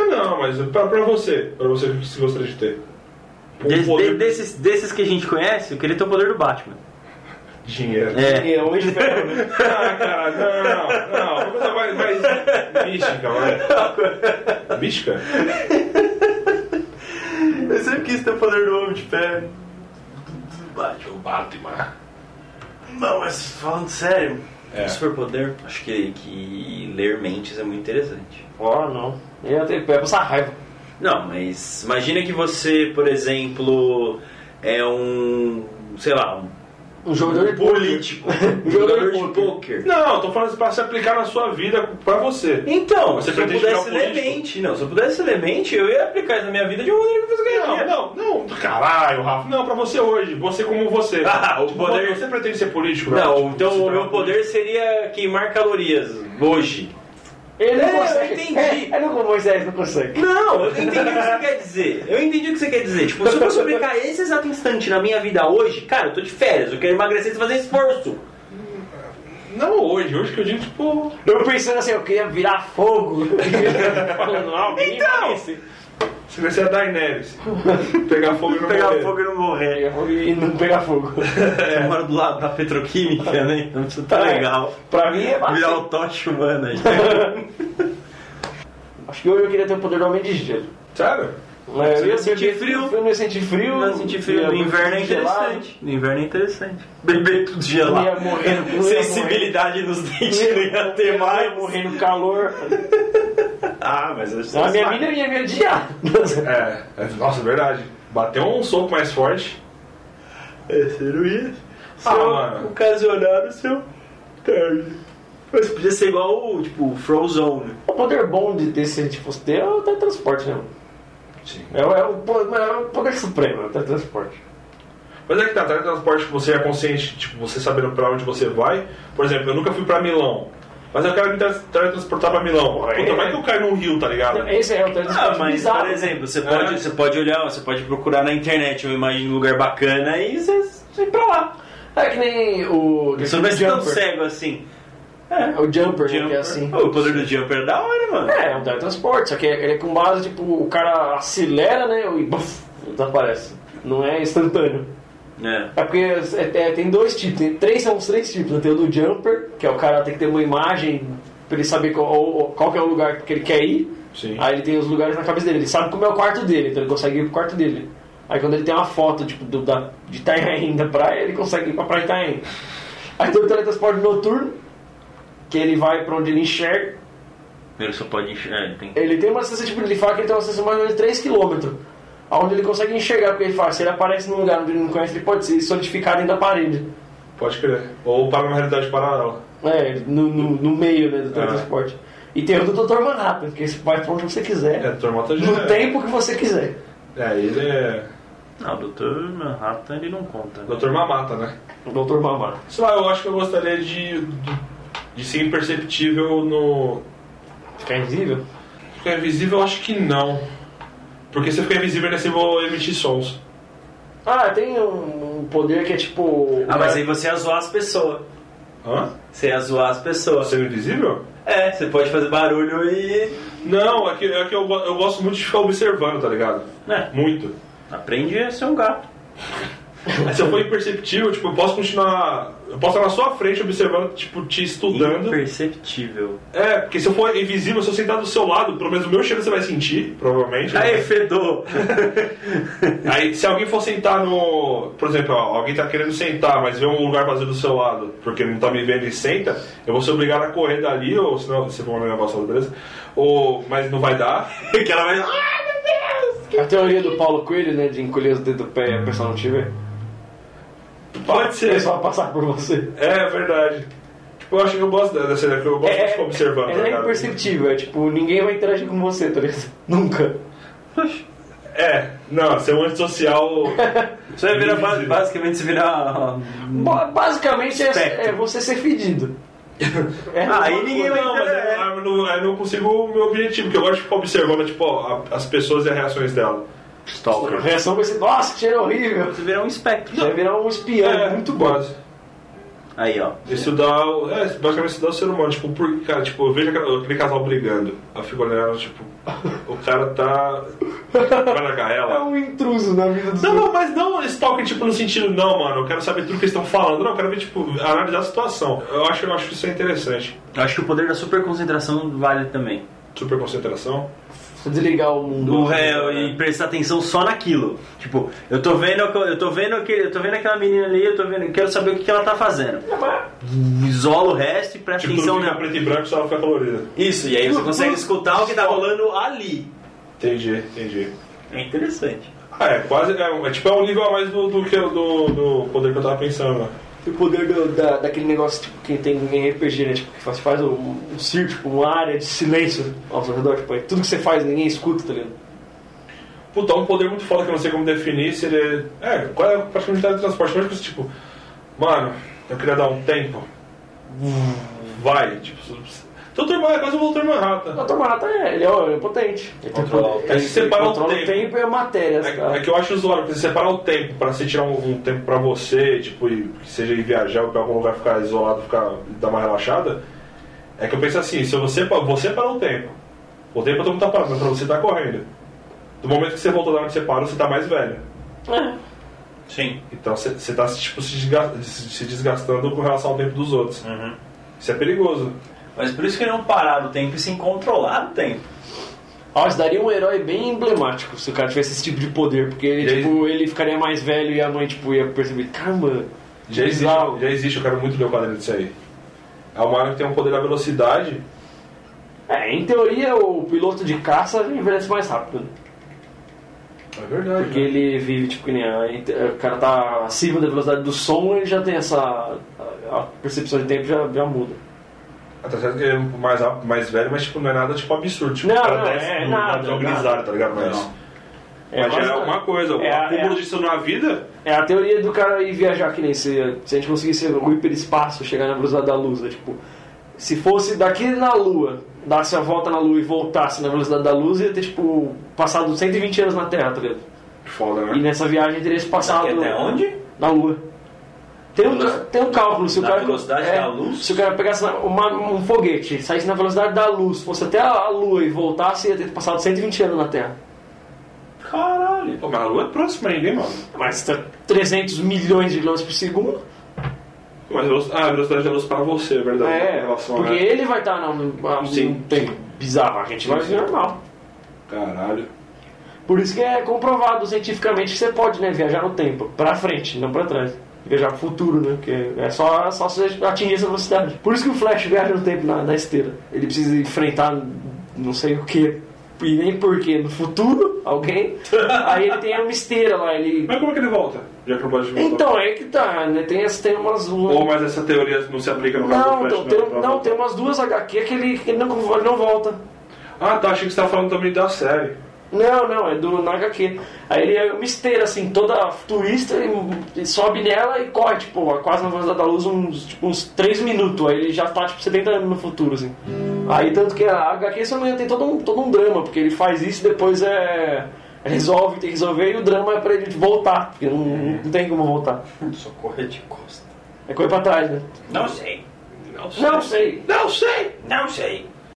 Speaker 5: Ah, Não, mas pra, pra você. Pra você, o que você gostaria de ter? Um
Speaker 4: Des- de-
Speaker 5: poder de
Speaker 4: desses, desses que a gente conhece, eu queria ter o poder do Batman.
Speaker 5: dinheiro.
Speaker 4: É.
Speaker 10: É, um de ferro, né?
Speaker 5: Ah, cara, não, não, não. Uma coisa mais, mais mística, vai. Mística?
Speaker 4: Eu sempre quis ter o poder do homem de ferro.
Speaker 5: O Batman.
Speaker 4: Não, mas falando sério,
Speaker 5: É.
Speaker 4: Superpoder? Acho que, que ler mentes é muito interessante.
Speaker 10: Ó, não. Eu tenho que passar raiva.
Speaker 4: Não, mas imagina que você, por exemplo, é um. sei lá, um
Speaker 10: Um jogador de
Speaker 4: político.
Speaker 10: Um
Speaker 4: um
Speaker 10: jogador
Speaker 4: jogador
Speaker 10: de
Speaker 4: de poker.
Speaker 5: Não, tô falando pra se aplicar na sua vida, pra você.
Speaker 4: Então,
Speaker 5: Você
Speaker 4: se eu
Speaker 5: pretende
Speaker 4: pudesse
Speaker 5: virar
Speaker 4: ler
Speaker 5: político?
Speaker 4: mente, não, se eu pudesse ler mente, eu ia aplicar isso na minha vida de uma maneira que você ganhar
Speaker 5: Não,
Speaker 4: dinheiro.
Speaker 5: não, não, caralho, Rafa. Não, pra você hoje, você como você. Tipo,
Speaker 4: Ah, o poder-
Speaker 5: Você pretende ser político?
Speaker 4: Não,
Speaker 5: Rafa? Tipo, se
Speaker 4: então o
Speaker 5: tornar
Speaker 4: meu poder seria queimar calorias hoje.
Speaker 10: Ele não
Speaker 4: É, eu
Speaker 10: consegue.
Speaker 4: entendi.
Speaker 10: É, é não como Moisés, não consegue.
Speaker 4: Não, eu entendi o que você quer dizer. Eu entendi o que você quer dizer. Tipo, se eu fosse aplicar esse exato instante na minha vida hoje, cara, eu tô de férias, eu quero emagrecer e fazer esforço.
Speaker 5: Não hoje, hoje que eu digo, tipo.
Speaker 10: Eu pensando assim, eu queria virar fogo. Falando, alguém
Speaker 4: Então!
Speaker 10: merece.
Speaker 5: Se você é a Daenerys, pegar fogo e não
Speaker 4: Pegar
Speaker 5: morrer.
Speaker 4: fogo e não morrer.
Speaker 10: E não pegar fogo.
Speaker 4: É, Eu moro do lado da petroquímica, né? Então isso tá
Speaker 10: É.
Speaker 4: legal.
Speaker 10: Pra mim é
Speaker 4: Virar
Speaker 10: bacana.
Speaker 4: o tocha humana.
Speaker 10: Acho que hoje eu queria ter o poder do homem de gelo.
Speaker 5: Sério?
Speaker 10: Mas
Speaker 4: Você
Speaker 10: É, eu ia
Speaker 4: ia sentir
Speaker 10: beber
Speaker 4: frio.
Speaker 10: Eu não ia sentir frio.
Speaker 4: Mas sentir frio
Speaker 10: ia
Speaker 4: no
Speaker 10: beber
Speaker 4: inverno é
Speaker 10: tudo gelado.
Speaker 4: interessante. No inverno é interessante. Beber tudo gelado.
Speaker 10: Ia morrer, não ia morrer.
Speaker 4: Sensibilidade nos dentes não ia ter
Speaker 10: Eu ia
Speaker 4: mais.
Speaker 10: morrer no calor.
Speaker 4: Ah, mas eu
Speaker 10: A minha mina ia me odiar.
Speaker 5: É, é, nossa, é verdade. Bateu um soco mais forte.
Speaker 4: Esse É, não ia ser
Speaker 5: Ah, mano.
Speaker 4: ocasionar o seu término. Mas podia ser igual o, tipo, Frozen. né?
Speaker 10: O poder bom de ter, se a gente fosse ter, é o teletransporte, né? mano?
Speaker 5: Sim.
Speaker 10: É, o- é, o, po- é o poder supremo, é o teletransporte.
Speaker 5: Mas é que tá, teletransporte que você é consciente, tipo, você sabendo pra onde você vai. Por exemplo, eu nunca fui pra Milão. Mas eu quero me tra- teletransportar pra Milão.
Speaker 10: Ué.
Speaker 5: Puta, vai que eu caio num rio, tá ligado?
Speaker 10: Esse é o teletransporte
Speaker 4: Ah, mas,
Speaker 10: bizarro.
Speaker 4: por exemplo, você pode,
Speaker 5: É.
Speaker 4: você pode olhar, você pode procurar na internet uma imagem de um lugar bacana e você você ir pra lá.
Speaker 10: É que nem o...
Speaker 4: Você não vai ser tão
Speaker 10: um Jumper.
Speaker 4: cego assim.
Speaker 10: É o Jumper, né, que
Speaker 4: Jumper.
Speaker 10: é assim.
Speaker 4: Pô, o poder do Jumper é da hora, mano.
Speaker 10: É, é um teletransporte, só que ele é com base, tipo, o cara acelera, né, e buf, desaparece. Não é instantâneo.
Speaker 4: É.
Speaker 10: É porque é- é- tem dois tipos, tem três, são os três tipos. né? Tem o do Jumper, que é o cara tem que ter uma imagem pra ele saber qual, qual que é o lugar que ele quer ir.
Speaker 5: Sim.
Speaker 10: Aí ele tem os lugares na cabeça dele, ele sabe como é o quarto dele, então ele consegue ir pro quarto dele. Aí quando ele tem uma foto, tipo, do, da, de Itanhaém da praia, ele consegue ir pra praia de Itanhaém. Aí tem o teletransporte noturno, que ele vai pra onde ele enxerga,
Speaker 4: Ele só pode enxergar. é, tem-
Speaker 10: ele tem uma distância, tipo, ele fala que ele tem uma distância mais ou menos de 3 km. Onde ele consegue enxergar, porque ele fala, se ele aparece num lugar onde ele não conhece, ele pode ser solidificado dentro da parede.
Speaker 5: Pode crer. Ou para uma realidade paralela.
Speaker 10: É, no, no, no meio, né, do teletransporte. E tem o do Dr. Manhattan, que você vai pra onde você quiser.
Speaker 5: É, Dr. Manhattan já
Speaker 10: No
Speaker 5: é.
Speaker 10: tempo que você quiser.
Speaker 5: É, ele é.
Speaker 4: Não, o doutor Manhattan ele não conta.
Speaker 5: Dr. Mamata, né?
Speaker 10: O Dr. Mamá.
Speaker 5: Sei lá, eu acho que eu gostaria de, de, de ser imperceptível no.
Speaker 10: Ficar invisível?
Speaker 5: Ficar invisível, eu acho que não. Porque se eu ficar invisível, ainda assim eu vou emitir sons.
Speaker 10: Ah, tem um, um poder que é tipo.
Speaker 4: Ah, mas aí você ia zoar as pessoas.
Speaker 5: Hã?
Speaker 4: Você ia zoar as pessoas.
Speaker 5: Ser invisível?
Speaker 4: É, você pode fazer barulho e.
Speaker 5: Não, é que, é que eu, go- eu gosto muito de ficar observando, tá ligado?
Speaker 4: né?
Speaker 5: Muito.
Speaker 4: Aprende a ser um gato.
Speaker 5: Mas se eu for imperceptível, tipo, eu posso continuar. Eu posso estar na sua frente observando, tipo, te estudando.
Speaker 4: Imperceptível.
Speaker 5: É, porque se eu for invisível, se eu sentar do seu lado, pelo menos o meu cheiro você vai sentir, provavelmente. né?
Speaker 4: Aê, fedor!
Speaker 5: Aí, se alguém for sentar no. Por exemplo, ó, alguém tá querendo sentar, mas vê um lugar vazio do seu lado, porque não tá me vendo e senta, eu vou ser obrigado a correr dali, ou senão você for um negócio, beleza? Ou, mas não vai dar.
Speaker 4: que ela vai. Ah,
Speaker 10: A teoria do Paulo Coelho, né, de encolher os dedos do pé e a pessoa não te ver.
Speaker 5: Pode
Speaker 10: É
Speaker 5: ser.
Speaker 10: só passar por você.
Speaker 5: É, verdade. Tipo, eu acho que eu gosto dessa ideia, que eu gosto de ficar observando.
Speaker 10: é,
Speaker 5: tá ligado?
Speaker 10: imperceptível, é tipo, ninguém vai interagir com você, tá ligado? Nunca.
Speaker 5: É, não, ser um antissocial.
Speaker 4: Você vai virar ba-
Speaker 5: Invisível.
Speaker 4: basicamente você virar.
Speaker 10: Ba- basicamente é,
Speaker 4: Hum. Espectro.
Speaker 10: é você ser fedido. É,
Speaker 4: Ah, aí ninguém né? vai
Speaker 5: Não, mas eu,
Speaker 4: interagir.
Speaker 5: eu não, eu não consigo o meu objetivo, porque eu gosto de ficar observando, tipo, ó, a- as pessoas e as reações dela.
Speaker 10: A reação vai ser, nossa, que cheiro horrível.
Speaker 4: Você virar um espectro.
Speaker 10: Vai virar um espião,
Speaker 5: é,
Speaker 10: muito bom.
Speaker 5: quase.
Speaker 4: Aí, ó.
Speaker 5: Estudar, o- é, basicamente estudar o ser humano. Tipo, por, cara, tipo, eu vejo aquela- aquele casal brigando. Eu fico olhando, tipo, o cara tá. Vai na
Speaker 10: É
Speaker 5: carrela.
Speaker 10: um intruso na vida dos
Speaker 5: Não, não, mas não stalking, tipo, no sentido, não, mano, eu quero saber tudo que eles estão falando. Não, eu quero ver, tipo, analisar a situação. Eu acho, eu acho isso é interessante.
Speaker 4: Eu acho que o poder da superconcentração vale também.
Speaker 5: super concentração.
Speaker 10: Vou desligar o mundo. né?
Speaker 4: do réu e prestar atenção só naquilo. Tipo, eu tô vendo, eu tô vendo aquele, eu tô vendo aquela menina ali, eu tô vendo, eu quero saber o que que ela tá fazendo. Isola o resto e presta
Speaker 5: Tipo,
Speaker 4: atenção né?
Speaker 5: tudo fica
Speaker 4: nela.
Speaker 5: preto e branco só ela fica colorida.
Speaker 4: Isso, e aí você consegue escutar o que tá rolando ali.
Speaker 5: Entendi, entendi.
Speaker 4: É interessante.
Speaker 5: Ah, é quase. É, um- é tipo é um nível a mais do, do que o- do, do poder que eu tava pensando. né?
Speaker 10: E o poder do- da, daquele negócio tipo, que tem em RPG, né? Tipo, que faz, faz um, um circo, tipo, uma área de silêncio ao seu redor. Tipo, aí tudo que você faz, ninguém escuta, tá ligado?
Speaker 5: Puta, é um poder muito foda que eu não sei como definir, se ele é. É, qual é praticamente teletransporte? Mas tipo, mano, eu queria dar um tempo. Vai, tipo, tô turma, é quase um turma
Speaker 10: A
Speaker 5: rata.
Speaker 10: Tomata é, ele é, ele é potente. Ele tem
Speaker 5: Controla o
Speaker 10: poder.
Speaker 5: tempo.
Speaker 10: Ele-
Speaker 5: tipo, é, Você
Speaker 10: ele
Speaker 5: para o
Speaker 10: controla
Speaker 5: tempo.
Speaker 10: tempo e a matéria. tá?
Speaker 5: É, é que eu acho usuário, porque você separar o tempo pra você tirar um, um tempo pra você, tipo, e, que seja ir viajar ou pra algum lugar ficar isolado, ficar dar uma relaxada, é que eu penso assim, se você, pa- você parou o tempo, o tempo todo mundo tá parado, mas pra você tá correndo. Do momento que você voltou da onde você parou, você tá mais velho.
Speaker 4: Sim.
Speaker 5: Então você você tá tipo, se, desga- se- se desgastando com relação ao tempo dos outros.
Speaker 4: Uhum.
Speaker 5: Isso é perigoso.
Speaker 4: Mas por isso que não parar o tempo e sim controlar o tempo.
Speaker 10: Ó, isso daria um herói bem emblemático se o cara tivesse esse tipo de poder, porque
Speaker 5: E aí-
Speaker 10: tipo, ele ficaria mais velho e a mãe tipo, ia perceber, caramba,
Speaker 5: Já existe,
Speaker 10: bizarro.
Speaker 5: já existe, eu quero muito ler o quadrinho disso aí. É uma arma que tem um poder da velocidade.
Speaker 10: É, em teoria o piloto de caça envelhece mais rápido. né?
Speaker 5: É verdade.
Speaker 10: Porque ele vive, tipo, que nem a- o cara tá acima da velocidade do som, ele já tem essa. A, a percepção de tempo já, já muda.
Speaker 5: Até certo que ele é mais, rápido, mais velho, mas tipo, não é nada tipo absurdo. Tipo,
Speaker 10: Não,
Speaker 5: o cara
Speaker 10: não,
Speaker 5: desce
Speaker 10: é
Speaker 5: do-
Speaker 10: nada,
Speaker 5: do grisalho, tá ligado? Mas,
Speaker 4: Não.
Speaker 10: É,
Speaker 5: mas já é
Speaker 10: bastante.
Speaker 5: alguma coisa. O
Speaker 10: É,
Speaker 5: acúmulo
Speaker 10: é.
Speaker 5: disso na vida,
Speaker 10: É a teoria do cara ir viajar que nem se, se a gente conseguisse o hiperespaço, chegar na velocidade da luz, né? tipo, se fosse daqui na Lua, dasse a volta na Lua e voltasse na velocidade da luz, ia ter tipo passado 120 anos na Terra, tá ligado?
Speaker 5: foda,
Speaker 10: E
Speaker 5: né?
Speaker 10: nessa viagem teria se passado
Speaker 4: Daqui até onde?
Speaker 10: na Lua. Tem um, ca- tem um cálculo, se o
Speaker 4: Na
Speaker 10: cara. é,
Speaker 4: velocidade da luz?
Speaker 10: Se o cara pegasse na- uma- um foguete, saísse na velocidade da luz, fosse até a Lua e voltasse, ia ter passado 120 anos na Terra.
Speaker 5: Caralho. Pô, mas a lua é próxima ainda, hein, mano?
Speaker 10: Mas tá 300 milhões de quilômetros por segundo.
Speaker 5: Mas velo- ah, a velocidade da luz pra você, é verdade.
Speaker 10: É,
Speaker 5: Em relação a-
Speaker 10: porque ele vai estar num a-
Speaker 5: Sim.
Speaker 10: num tempo bizarro, a gente vai
Speaker 5: Sim.
Speaker 10: ver normal.
Speaker 5: Caralho.
Speaker 10: Por isso que é comprovado cientificamente que você pode né, viajar no tempo, pra frente, não pra trás. Viajar pro futuro, né? Porque é só, só se você atingir essa velocidade. Por isso que o Flash viaja no tempo na, na esteira. Ele precisa enfrentar não sei o que e nem porquê no futuro, alguém. Aí ele tem uma esteira lá, ele.
Speaker 5: Mas como é que ele volta? Já que não pode voltar.
Speaker 10: Então, é que tá, né? Tem, as- tem umas.
Speaker 5: Ou mas essa teoria não se aplica no caso do
Speaker 10: Não,
Speaker 5: Flash, né,
Speaker 10: então, tem,
Speaker 5: pra
Speaker 10: não,
Speaker 5: voltar.
Speaker 10: tem umas duas HQ que ele, que ele não, ele não volta.
Speaker 5: Ah, tá, achei que você tava falando também da série.
Speaker 10: Não, não, é do na HQ. Aí ele é uma esteira, assim, toda futurista, e, e sobe nela e corre, tipo, a quase na velocidade da luz, uns, tipo, uns 3 minutos. Aí ele já tá, tipo, 70 anos no futuro, assim. Aí tanto que a HQ, se eu não me engano, tem todo um, todo um drama, porque ele faz isso e depois é. Resolve, tem que resolver, e o drama é pra ele voltar, porque não, não tem como voltar.
Speaker 4: Socorro de costa.
Speaker 10: É coisa pra trás, né?
Speaker 4: Não sei.
Speaker 10: Não sei.
Speaker 5: Não sei!
Speaker 4: Não sei.